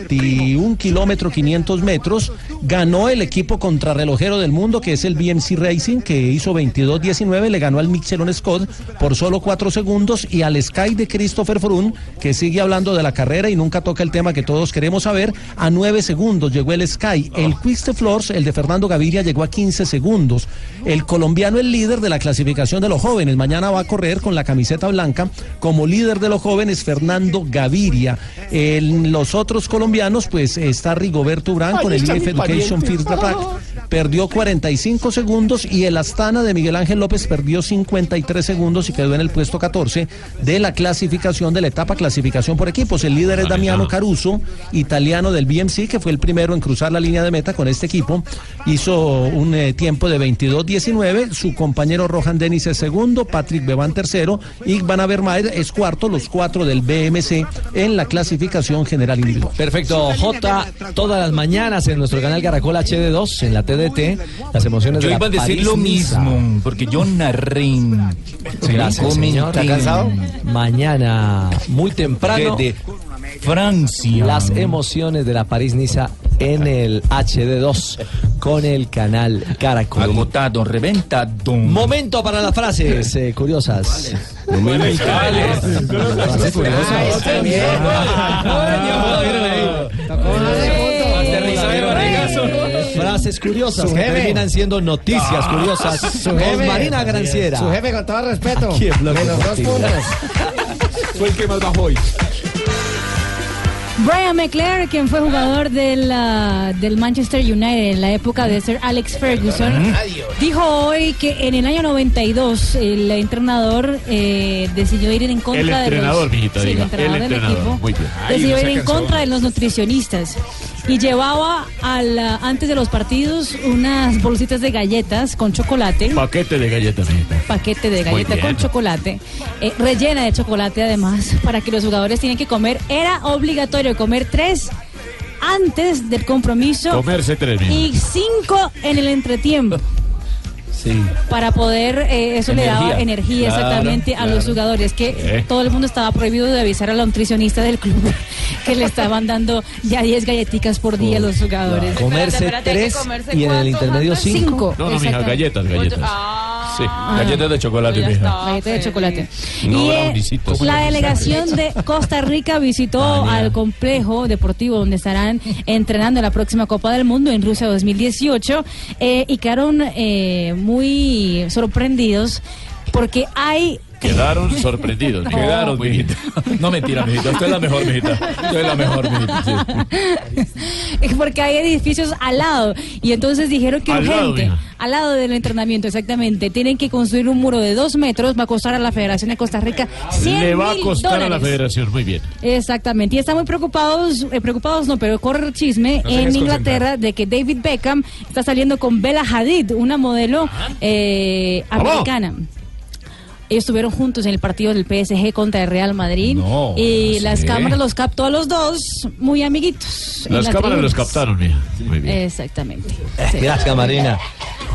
Speaker 18: 21 kilómetros 500 metros ganó el equipo contrarrelojero del mundo que es el BMC Racing que hizo 22-19 le ganó al Michelin Scott por solo 4 segundos y al Sky de Christopher Froome que sigue hablando de la carrera y nunca toca el tema que todos queremos saber a 9 segundos llegó el Sky
Speaker 4: Ah.
Speaker 18: el Quiz de Flores el de Fernando Gaviria llegó a 15 segundos el colombiano el líder de la clasificación de los jóvenes mañana va a correr con la camiseta blanca como líder de los jóvenes Fernando Gaviria. En los otros colombianos, pues está Rigoberto Urán
Speaker 4: Ay,
Speaker 18: con el
Speaker 4: está
Speaker 18: Life
Speaker 4: mi
Speaker 18: Education
Speaker 4: pariente.
Speaker 18: First Attack. Perdió 45 segundos y el Astana de Miguel Ángel López perdió 53 segundos y quedó en el puesto 14 de la clasificación de la etapa clasificación por equipos. El líder es Damiano Caruso, italiano del BMC, que fue el primero en cruzar la línea de meta con este equipo. Hizo un eh, tiempo de 22-19. Su compañero Rohan Dennis es segundo, Patrick Bevan tercero, Igvan Avermaet es cuarto, los cuatro del BMC en la clasificación general individual.
Speaker 5: Perfecto, J, todas las mañanas en nuestro canal Caracol HD2, en la TDT, las emociones
Speaker 9: Yo
Speaker 5: de la
Speaker 9: iba a decir lo
Speaker 5: París-Niza.
Speaker 9: mismo, porque yo narré.
Speaker 5: Gracias, señor. ¿Está cansado? Mañana, muy temprano.
Speaker 9: Desde Francia.
Speaker 5: Las emociones de la París-Niza en el HD2 con el canal Caracol. Agotado, reventado. Momento para las frases eh, curiosas. Momento. Frases
Speaker 22: 哎
Speaker 5: curiosas. Frases curiosas
Speaker 7: Su
Speaker 5: que
Speaker 7: jefe.
Speaker 5: terminan siendo noticias
Speaker 7: Ah,
Speaker 5: curiosas
Speaker 7: su
Speaker 5: con
Speaker 7: jefe.
Speaker 5: Marina Granciera.
Speaker 7: Su jefe, con todo respeto.
Speaker 5: Aquí en Blog
Speaker 7: Menos dos
Speaker 5: Deportivo.
Speaker 7: puntos.
Speaker 17: Fue el que más bajó hoy.
Speaker 6: Brian McClare, quien fue jugador de la- del Manchester United en la época de Sir Alex Ferguson,
Speaker 13: Adiós.
Speaker 6: dijo hoy que en el año 92 el entrenador eh, decidió ir en contra
Speaker 20: El
Speaker 6: de los-
Speaker 20: entrenador, mijita,
Speaker 6: Sí, el
Speaker 20: diga.
Speaker 6: entrenador del equipo.
Speaker 20: Muy bien.
Speaker 6: decidió ir en contra de los nutricionistas y llevaba al, ah, antes de los partidos unas bolsitas de galletas con chocolate,
Speaker 20: Paquete de galletas, mijita.
Speaker 6: paquete de
Speaker 20: Muy
Speaker 6: galleta con
Speaker 20: bien.
Speaker 6: chocolate, eh, rellena de chocolate además, para que los jugadores tienen que comer. Era obligatorio comer tres antes del compromiso
Speaker 20: Comerse tres, mijita.
Speaker 6: y cinco en el entretiempo.
Speaker 20: Sí.
Speaker 6: Para poder, eh, eso le daba
Speaker 20: Energía.
Speaker 6: energía
Speaker 20: Claro,
Speaker 6: exactamente a los
Speaker 20: claro.
Speaker 6: jugadores, que
Speaker 20: Eh.
Speaker 6: todo el mundo estaba prohibido de avisar a la nutricionista del club que le estaban dando ya 10 galletitas por día a los jugadores.
Speaker 5: Comerse
Speaker 6: Espérate, espérate, hay que
Speaker 5: tres
Speaker 6: comerse
Speaker 5: y en el intermedio
Speaker 6: Marta?
Speaker 5: cinco.
Speaker 6: Cinco, No, no, mija, exactamente.
Speaker 20: galletas, galletas. Sí, galletas de chocolate,
Speaker 6: Ya
Speaker 20: mija.
Speaker 6: está, Galleta de chocolate.
Speaker 20: No,
Speaker 6: y eh,
Speaker 20: browniecitos.
Speaker 6: la
Speaker 9: pues,
Speaker 6: delegación de Costa Rica visitó al complejo deportivo donde estarán entrenando la próxima Copa del Mundo en Rusia 2018 eh, y quedaron eh, muy sorprendidos porque hay
Speaker 20: Quedaron sorprendidos. Quedaron, mijita.
Speaker 9: No mentira, mijita. Usted es la mejor, mijita. Usted es la mejor, mijita. sí.
Speaker 6: porque hay edificios al lado y entonces dijeron que
Speaker 9: Al lado,
Speaker 6: urgente
Speaker 9: mija.
Speaker 6: al lado del entrenamiento exactamente tienen que construir un muro de dos metros va a costar a la Federación de Costa Rica 100
Speaker 20: Le va a
Speaker 6: mil
Speaker 20: costar a la
Speaker 6: dólares.
Speaker 20: federación, muy bien.
Speaker 6: Exactamente, y están muy preocupados, eh, preocupados no, pero corre el chisme
Speaker 20: No se
Speaker 6: en
Speaker 20: dejes
Speaker 6: Inglaterra de que David Beckham está saliendo con Bella Hadid, una modelo eh,
Speaker 40: ¿Cómo?
Speaker 6: americana. Ellos estuvieron juntos en el partido del PSG contra el Real Madrid
Speaker 20: No,
Speaker 6: y las
Speaker 20: sí.
Speaker 6: cámaras los captó a los dos muy amiguitos. en
Speaker 20: Las
Speaker 6: la
Speaker 20: cámaras
Speaker 6: tribuna.
Speaker 20: los captaron, mija. Muy bien.
Speaker 6: Exactamente.
Speaker 13: Eh,
Speaker 5: Gracias, Marina.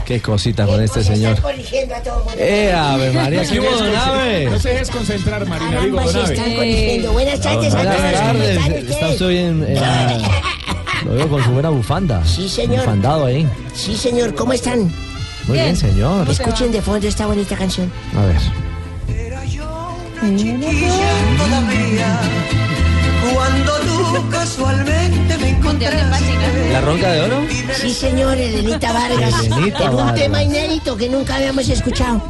Speaker 5: Qué cosita con este señor.
Speaker 13: corrigiendo a todo el mundo.
Speaker 5: Eh, Ave María,
Speaker 17: No se dejes
Speaker 5: ¿qué hubo, don
Speaker 17: concentrar,
Speaker 5: Ave?
Speaker 17: No se dejes concentrar, Marina. Digo, don
Speaker 13: se
Speaker 17: Ave.
Speaker 13: están corrigiendo. Buenas tardes a
Speaker 5: Ah, Buenas
Speaker 13: todos los
Speaker 5: tardes.
Speaker 13: comentarios.
Speaker 5: Está usted bien. eh, lo veo con su buena bufanda. Sí,
Speaker 13: señor.
Speaker 5: Bufandado ahí.
Speaker 13: Sí, señor, ¿cómo están?
Speaker 5: Muy bien, señor.
Speaker 13: Escuchen de fondo esta bonita canción.
Speaker 5: A ver.
Speaker 26: todavía cuando tú casualmente me encontraste.
Speaker 5: ¿La ronca de oro?
Speaker 13: Sí, señor, Elenita Vargas.
Speaker 5: Elenita
Speaker 13: en un
Speaker 5: Vargas.
Speaker 13: tema inédito que nunca habíamos escuchado.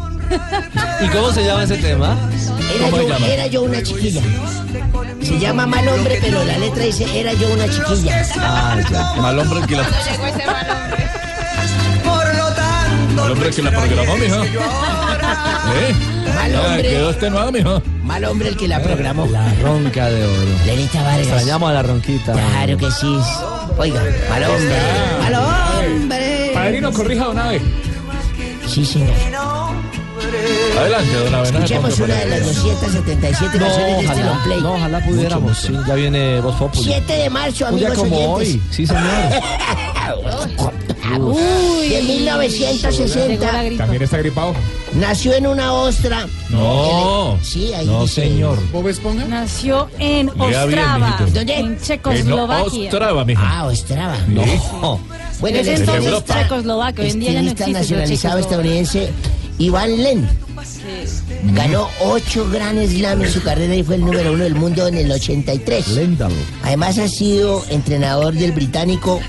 Speaker 5: ¿Y cómo se llama ese tema?
Speaker 13: Era
Speaker 5: ¿Cómo se
Speaker 13: yo,
Speaker 5: llama?
Speaker 13: era yo una chiquilla. Se llama Mal Hombre, pero la letra dice Era yo una chiquilla.
Speaker 5: Ah, ya.
Speaker 9: Mal hombre que la,
Speaker 26: Por lo tanto,
Speaker 9: mal hombre que la programó, mijo. ¿Eh?
Speaker 13: Mal
Speaker 9: Ah,
Speaker 13: hombre.
Speaker 9: Quedó extenuado, mijo.
Speaker 13: Mal hombre el que la programó.
Speaker 5: La ronca de oro.
Speaker 13: Lenita Vargas.
Speaker 5: Extrañamos a la ronquita.
Speaker 13: Claro que sí. Oiga, mal hombre. Mal hombre.
Speaker 17: Padrino, corrija don Ave.
Speaker 13: Sí, señor.
Speaker 9: Adelante, don Ave. no se
Speaker 13: Escuchemos
Speaker 9: ponga
Speaker 13: una de
Speaker 9: para
Speaker 13: las
Speaker 9: allá.
Speaker 13: 277
Speaker 5: No,
Speaker 13: canciones de este
Speaker 5: ojalá,
Speaker 13: long play.
Speaker 5: no, ojalá pudiéramos. Sí, ya viene Voz Populi.
Speaker 13: 7 de marzo,
Speaker 5: Un día
Speaker 13: amigos
Speaker 5: como
Speaker 13: oyentes. Ah,
Speaker 5: hoy. Sí, señor.
Speaker 13: Uy. de 1960
Speaker 17: También está gripado.
Speaker 13: nació en una ostra.
Speaker 9: No.
Speaker 13: Sí, ahí
Speaker 9: No,
Speaker 13: dice.
Speaker 9: señor.
Speaker 13: ¿Bob Esponja?
Speaker 6: Nació en
Speaker 9: Lea bien,
Speaker 6: Ostrava,
Speaker 9: mijito.
Speaker 13: ¿Dónde?
Speaker 6: en Checoslovaquia.
Speaker 9: Ostrava, mija.
Speaker 13: Ah, Ostrava.
Speaker 9: No.
Speaker 13: Bueno, el
Speaker 6: Desde
Speaker 5: este
Speaker 9: Desde
Speaker 6: entonces
Speaker 9: Europa.
Speaker 6: Checoslovaquia, hoy en día ya no
Speaker 13: estilista
Speaker 6: existe.
Speaker 13: nacionalizado
Speaker 6: pero
Speaker 13: estadounidense Iván Len
Speaker 2: Mm.
Speaker 6: Checoslovaquia.
Speaker 13: ganó ocho Grand Slam en su carrera y fue el número uno del mundo en el 83. Además ha sido entrenador del británico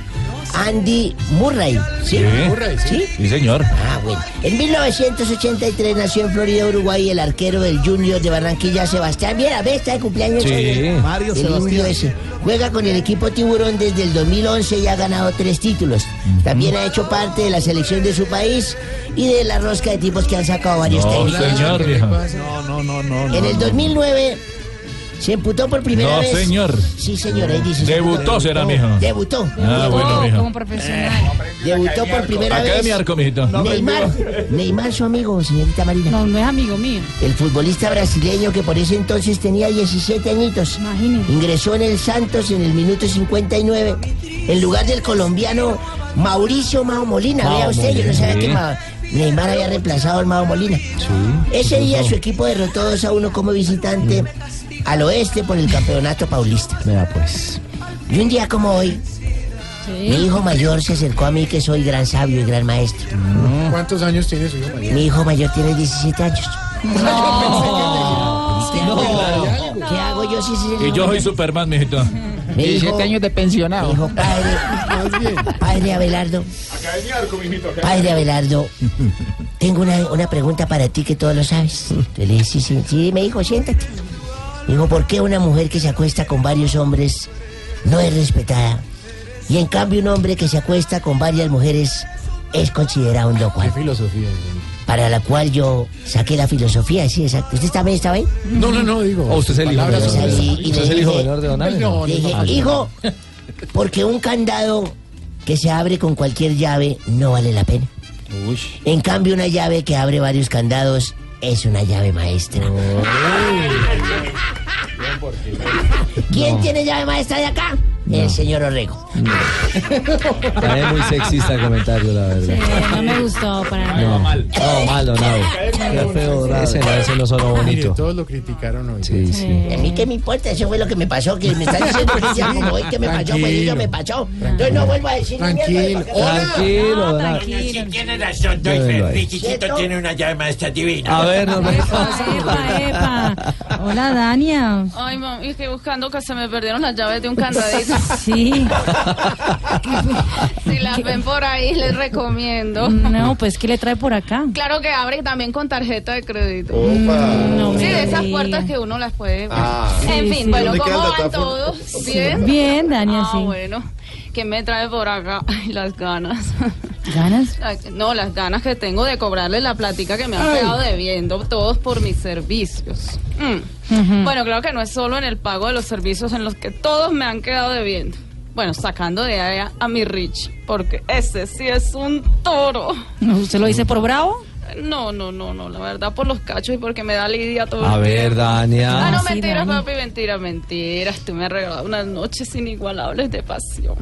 Speaker 13: Andy Murray. ¿Sí?
Speaker 9: Sí.
Speaker 13: Murray, ¿sí?
Speaker 9: Sí, señor.
Speaker 13: Ah, bueno. En 1983 nació en Florida, Uruguay, el arquero del Junior de Barranquilla, Sebastián Viera. ¿Ves? Está de cumpleaños.
Speaker 9: Sí.
Speaker 13: hoy. ¿eh?
Speaker 9: Mario
Speaker 13: El
Speaker 9: Sebastián.
Speaker 13: indio ese. Juega con el equipo Tiburón desde el 2011 y ha ganado tres títulos. También ha hecho parte de la selección de su país y de la rosca de tipos que han sacado varios
Speaker 9: No,
Speaker 13: técnicos.
Speaker 9: señor, mija.
Speaker 13: En el 2009 Se emputó por primera
Speaker 9: No,
Speaker 13: vez.
Speaker 9: señor.
Speaker 13: Sí, señor, ahí dice. se
Speaker 9: Debutó,
Speaker 13: emputó.
Speaker 9: será, mijo.
Speaker 13: Debutó.
Speaker 9: Ah, bueno, mijo.
Speaker 6: Como profesional.
Speaker 13: Debutó por primera
Speaker 9: Acá de mi
Speaker 13: vez.
Speaker 9: arco, mijito.
Speaker 13: Neymar, Neymar, su amigo, señorita Marina. No,
Speaker 6: no es amigo mío.
Speaker 13: El futbolista brasileño que por ese entonces tenía 17 añitos. Ingresó en el Santos en el minuto 59, en lugar del colombiano Mauricio Mao Molina.
Speaker 22: Mao
Speaker 13: Vea usted, yo no
Speaker 22: Molina,
Speaker 13: sabía
Speaker 22: sí.
Speaker 13: que Ma- Neymar había reemplazado al Mao Molina. Ese día su equipo derrotó 2 a 1 como visitante al oeste por el campeonato paulista.
Speaker 5: Vea pues.
Speaker 13: Y un día como hoy, mi hijo mayor se acercó a mí que soy gran sabio y gran maestro.
Speaker 12: ¿Cuántos años tiene su hijo mayor?
Speaker 13: Mi hijo mayor tiene 17 años. ¿Qué hago? ¿Qué hago yo si ese es el
Speaker 9: Y yo soy
Speaker 13: nombre?
Speaker 9: Superman, mijito.
Speaker 13: Me dijo- Me dijo, padre, padre Abelardo,
Speaker 41: Acá de mi arco, mijito. acá de mi
Speaker 13: padre
Speaker 41: arco.
Speaker 13: Abelardo, tengo una, una pregunta para ti que todo lo sabes. Yo le dije, sí, sí, sí, me dijo, siéntate. Me Dijo, ¿por qué una mujer que se acuesta con varios hombres no es respetada? Y en cambio un hombre que se acuesta con varias mujeres es considerado un loco.
Speaker 12: filosofía?
Speaker 13: Para la cual yo saqué la filosofía, sí, exacto. ¿Usted también estaba ahí?
Speaker 12: No, no, no,
Speaker 4: Oh,
Speaker 12: digo.
Speaker 5: Oh, usted es el hijo
Speaker 13: Palabras
Speaker 5: menor de
Speaker 13: así,
Speaker 5: edad.
Speaker 13: y
Speaker 5: Usted
Speaker 13: le
Speaker 5: es el hijo
Speaker 13: dije-
Speaker 5: menor de Don Álvaro.
Speaker 13: Le dije,
Speaker 5: Ah,
Speaker 13: hijo, porque un candado que se abre con cualquier llave no vale la pena. En cambio, una llave que abre varios candados es una llave maestra. ¿Quién
Speaker 5: No.
Speaker 13: tiene llave maestra de acá? El señor Orrego.
Speaker 5: Cae muy sexista el comentario, la verdad.
Speaker 6: No me gustó para nada.
Speaker 5: No, no, malo, no. Ese no, ese no sonó bonito.
Speaker 12: Todos lo criticaron hoy. pues.
Speaker 5: Sí, sí.
Speaker 13: ¿Y a mí qué me importa? Eso fue lo que me pasó, que me están diciendo que ya como hoy que me pasó, pues y yo me pasó. Entonces no vuelvo a decir ni mierda,
Speaker 12: Tranquilo,
Speaker 13: porque-
Speaker 5: Tranquilo, don Álvaro.
Speaker 7: Sí, tiene razón, doy fe.
Speaker 5: Llévenlo ahí.
Speaker 7: Mi chiquito tiene una llave maestra divina.
Speaker 5: A ver, no me
Speaker 6: Epa, epa. Hola, Dania.
Speaker 26: Ay, mami, estoy buscando que se me perdieron las llaves de un candadito.
Speaker 6: Sí. pues,
Speaker 26: Si las ven por ahí, les recomiendo.
Speaker 6: No, pues, ¿qué le trae por acá?
Speaker 26: Claro que abre también con tarjeta de crédito.
Speaker 6: No
Speaker 26: sí,
Speaker 6: me
Speaker 26: de esas
Speaker 6: diga.
Speaker 26: puertas que uno las puede. ver.
Speaker 6: Ah.
Speaker 26: en
Speaker 6: Sí,
Speaker 26: fin,
Speaker 6: sí.
Speaker 26: bueno,
Speaker 6: ¿Dónde
Speaker 26: ¿cómo
Speaker 6: queda el
Speaker 26: van
Speaker 6: datáfono?
Speaker 26: todos?
Speaker 6: Sí.
Speaker 26: Bien.
Speaker 6: Bien, Dania,
Speaker 26: ah,
Speaker 6: sí.
Speaker 26: Bueno, ¿qué me trae por acá? Ay, las ganas.
Speaker 6: ¿Ganas?
Speaker 26: La- No, las ganas que tengo de cobrarle la plática que me han
Speaker 6: Ay.
Speaker 26: quedado debiendo todos por mis servicios. Mm. Bueno, claro que no es solo en el pago de los servicios en los que todos me han quedado debiendo. Bueno, sacando de allá a mi Rich, porque ese sí es un toro.
Speaker 6: ¿Usted lo dice por bravo?
Speaker 26: No, no, no, no, la verdad por los cachos y porque me da lidia todo
Speaker 5: A
Speaker 26: el
Speaker 5: ver,
Speaker 26: tiempo.
Speaker 5: Dania.
Speaker 26: Ah, no,
Speaker 5: Sí,
Speaker 26: mentiras,
Speaker 5: Dani.
Speaker 26: papi, mentiras, mentiras. Tú me has regalado unas noches inigualables de pasión.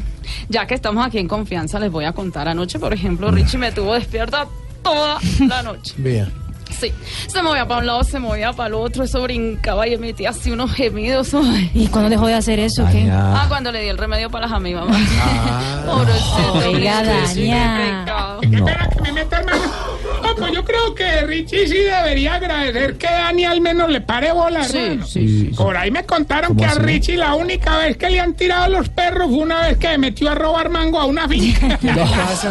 Speaker 26: Ya que estamos aquí en confianza, les voy a contar anoche, por ejemplo, Richie me tuvo despierta toda la noche.
Speaker 12: Vea.
Speaker 26: Sí, se movía para un lado, se movía para el otro, eso brincaba y emitía así unos gemidos. ay.
Speaker 6: ¿Y cuándo dejó de hacer eso? ¿Qué?
Speaker 26: Ah, cuando le di el remedio para las amigas.
Speaker 5: Ah.
Speaker 26: Pobrecito.
Speaker 6: Oiga,
Speaker 26: Richie,
Speaker 6: Dania.
Speaker 26: pecado.
Speaker 17: Me meto, hermano. No, pues yo creo que Richie sí debería agradecer que Dani al menos le pare bola, hermano. Por ahí me contaron
Speaker 12: ¿Cómo
Speaker 17: que a
Speaker 12: así?
Speaker 17: Richie la única vez que le han tirado los perros fue una vez que se metió a robar mango a una finca.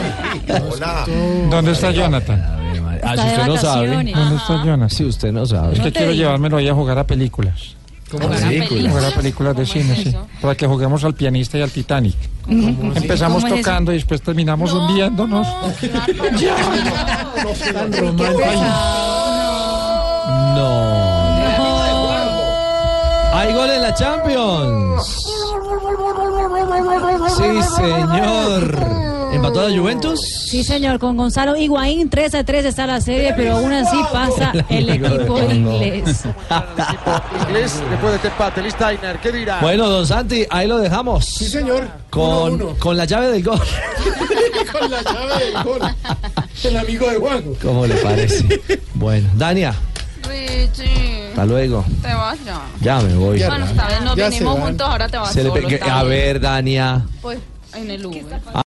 Speaker 12: Hola.
Speaker 4: ¿Dónde está Jonathan?
Speaker 5: Ah, si usted no sabe.
Speaker 4: ¿Dónde está Jonathan?
Speaker 5: Si usted no sabe.
Speaker 4: Es que quiero llevármelo ahí a jugar a películas.
Speaker 5: ¿Cómo así? películas?
Speaker 4: Jugar a películas de cine, sí. Para que juguemos al pianista y al Titanic. Empezamos
Speaker 5: ¿Cómo es eso?
Speaker 4: tocando y
Speaker 20: Pues
Speaker 4: después terminamos hundiéndonos.
Speaker 5: Hay gol en la Champions. Sí, señor. ¿Empató la Juventus?
Speaker 6: Sí, señor, con Gonzalo Higuaín 3 a 3 está la serie, pero aún así pasa el
Speaker 5: amigo de
Speaker 6: equipo
Speaker 5: Congo.
Speaker 6: inglés.
Speaker 42: Inglés, después de este empate, Liz Steiner, ¿qué dirá?
Speaker 5: Bueno, don Santi, ahí lo dejamos. Sí,
Speaker 42: señor.
Speaker 5: Con, con la llave del gol.
Speaker 42: Con la llave del gol. El amigo de Juan.
Speaker 5: ¿Cómo le parece? Bueno, Dania,
Speaker 26: Richie,
Speaker 5: hasta luego.
Speaker 26: te vas ya.
Speaker 5: Ya me voy.
Speaker 26: Bueno, esta vez nos
Speaker 5: Ya se
Speaker 26: vinimos
Speaker 5: van.
Speaker 26: juntos, ahora te vas
Speaker 5: Se le
Speaker 26: solo.
Speaker 5: pe-
Speaker 26: está
Speaker 5: a
Speaker 26: bien.
Speaker 5: ver, Dania.
Speaker 26: Pues en el Uber.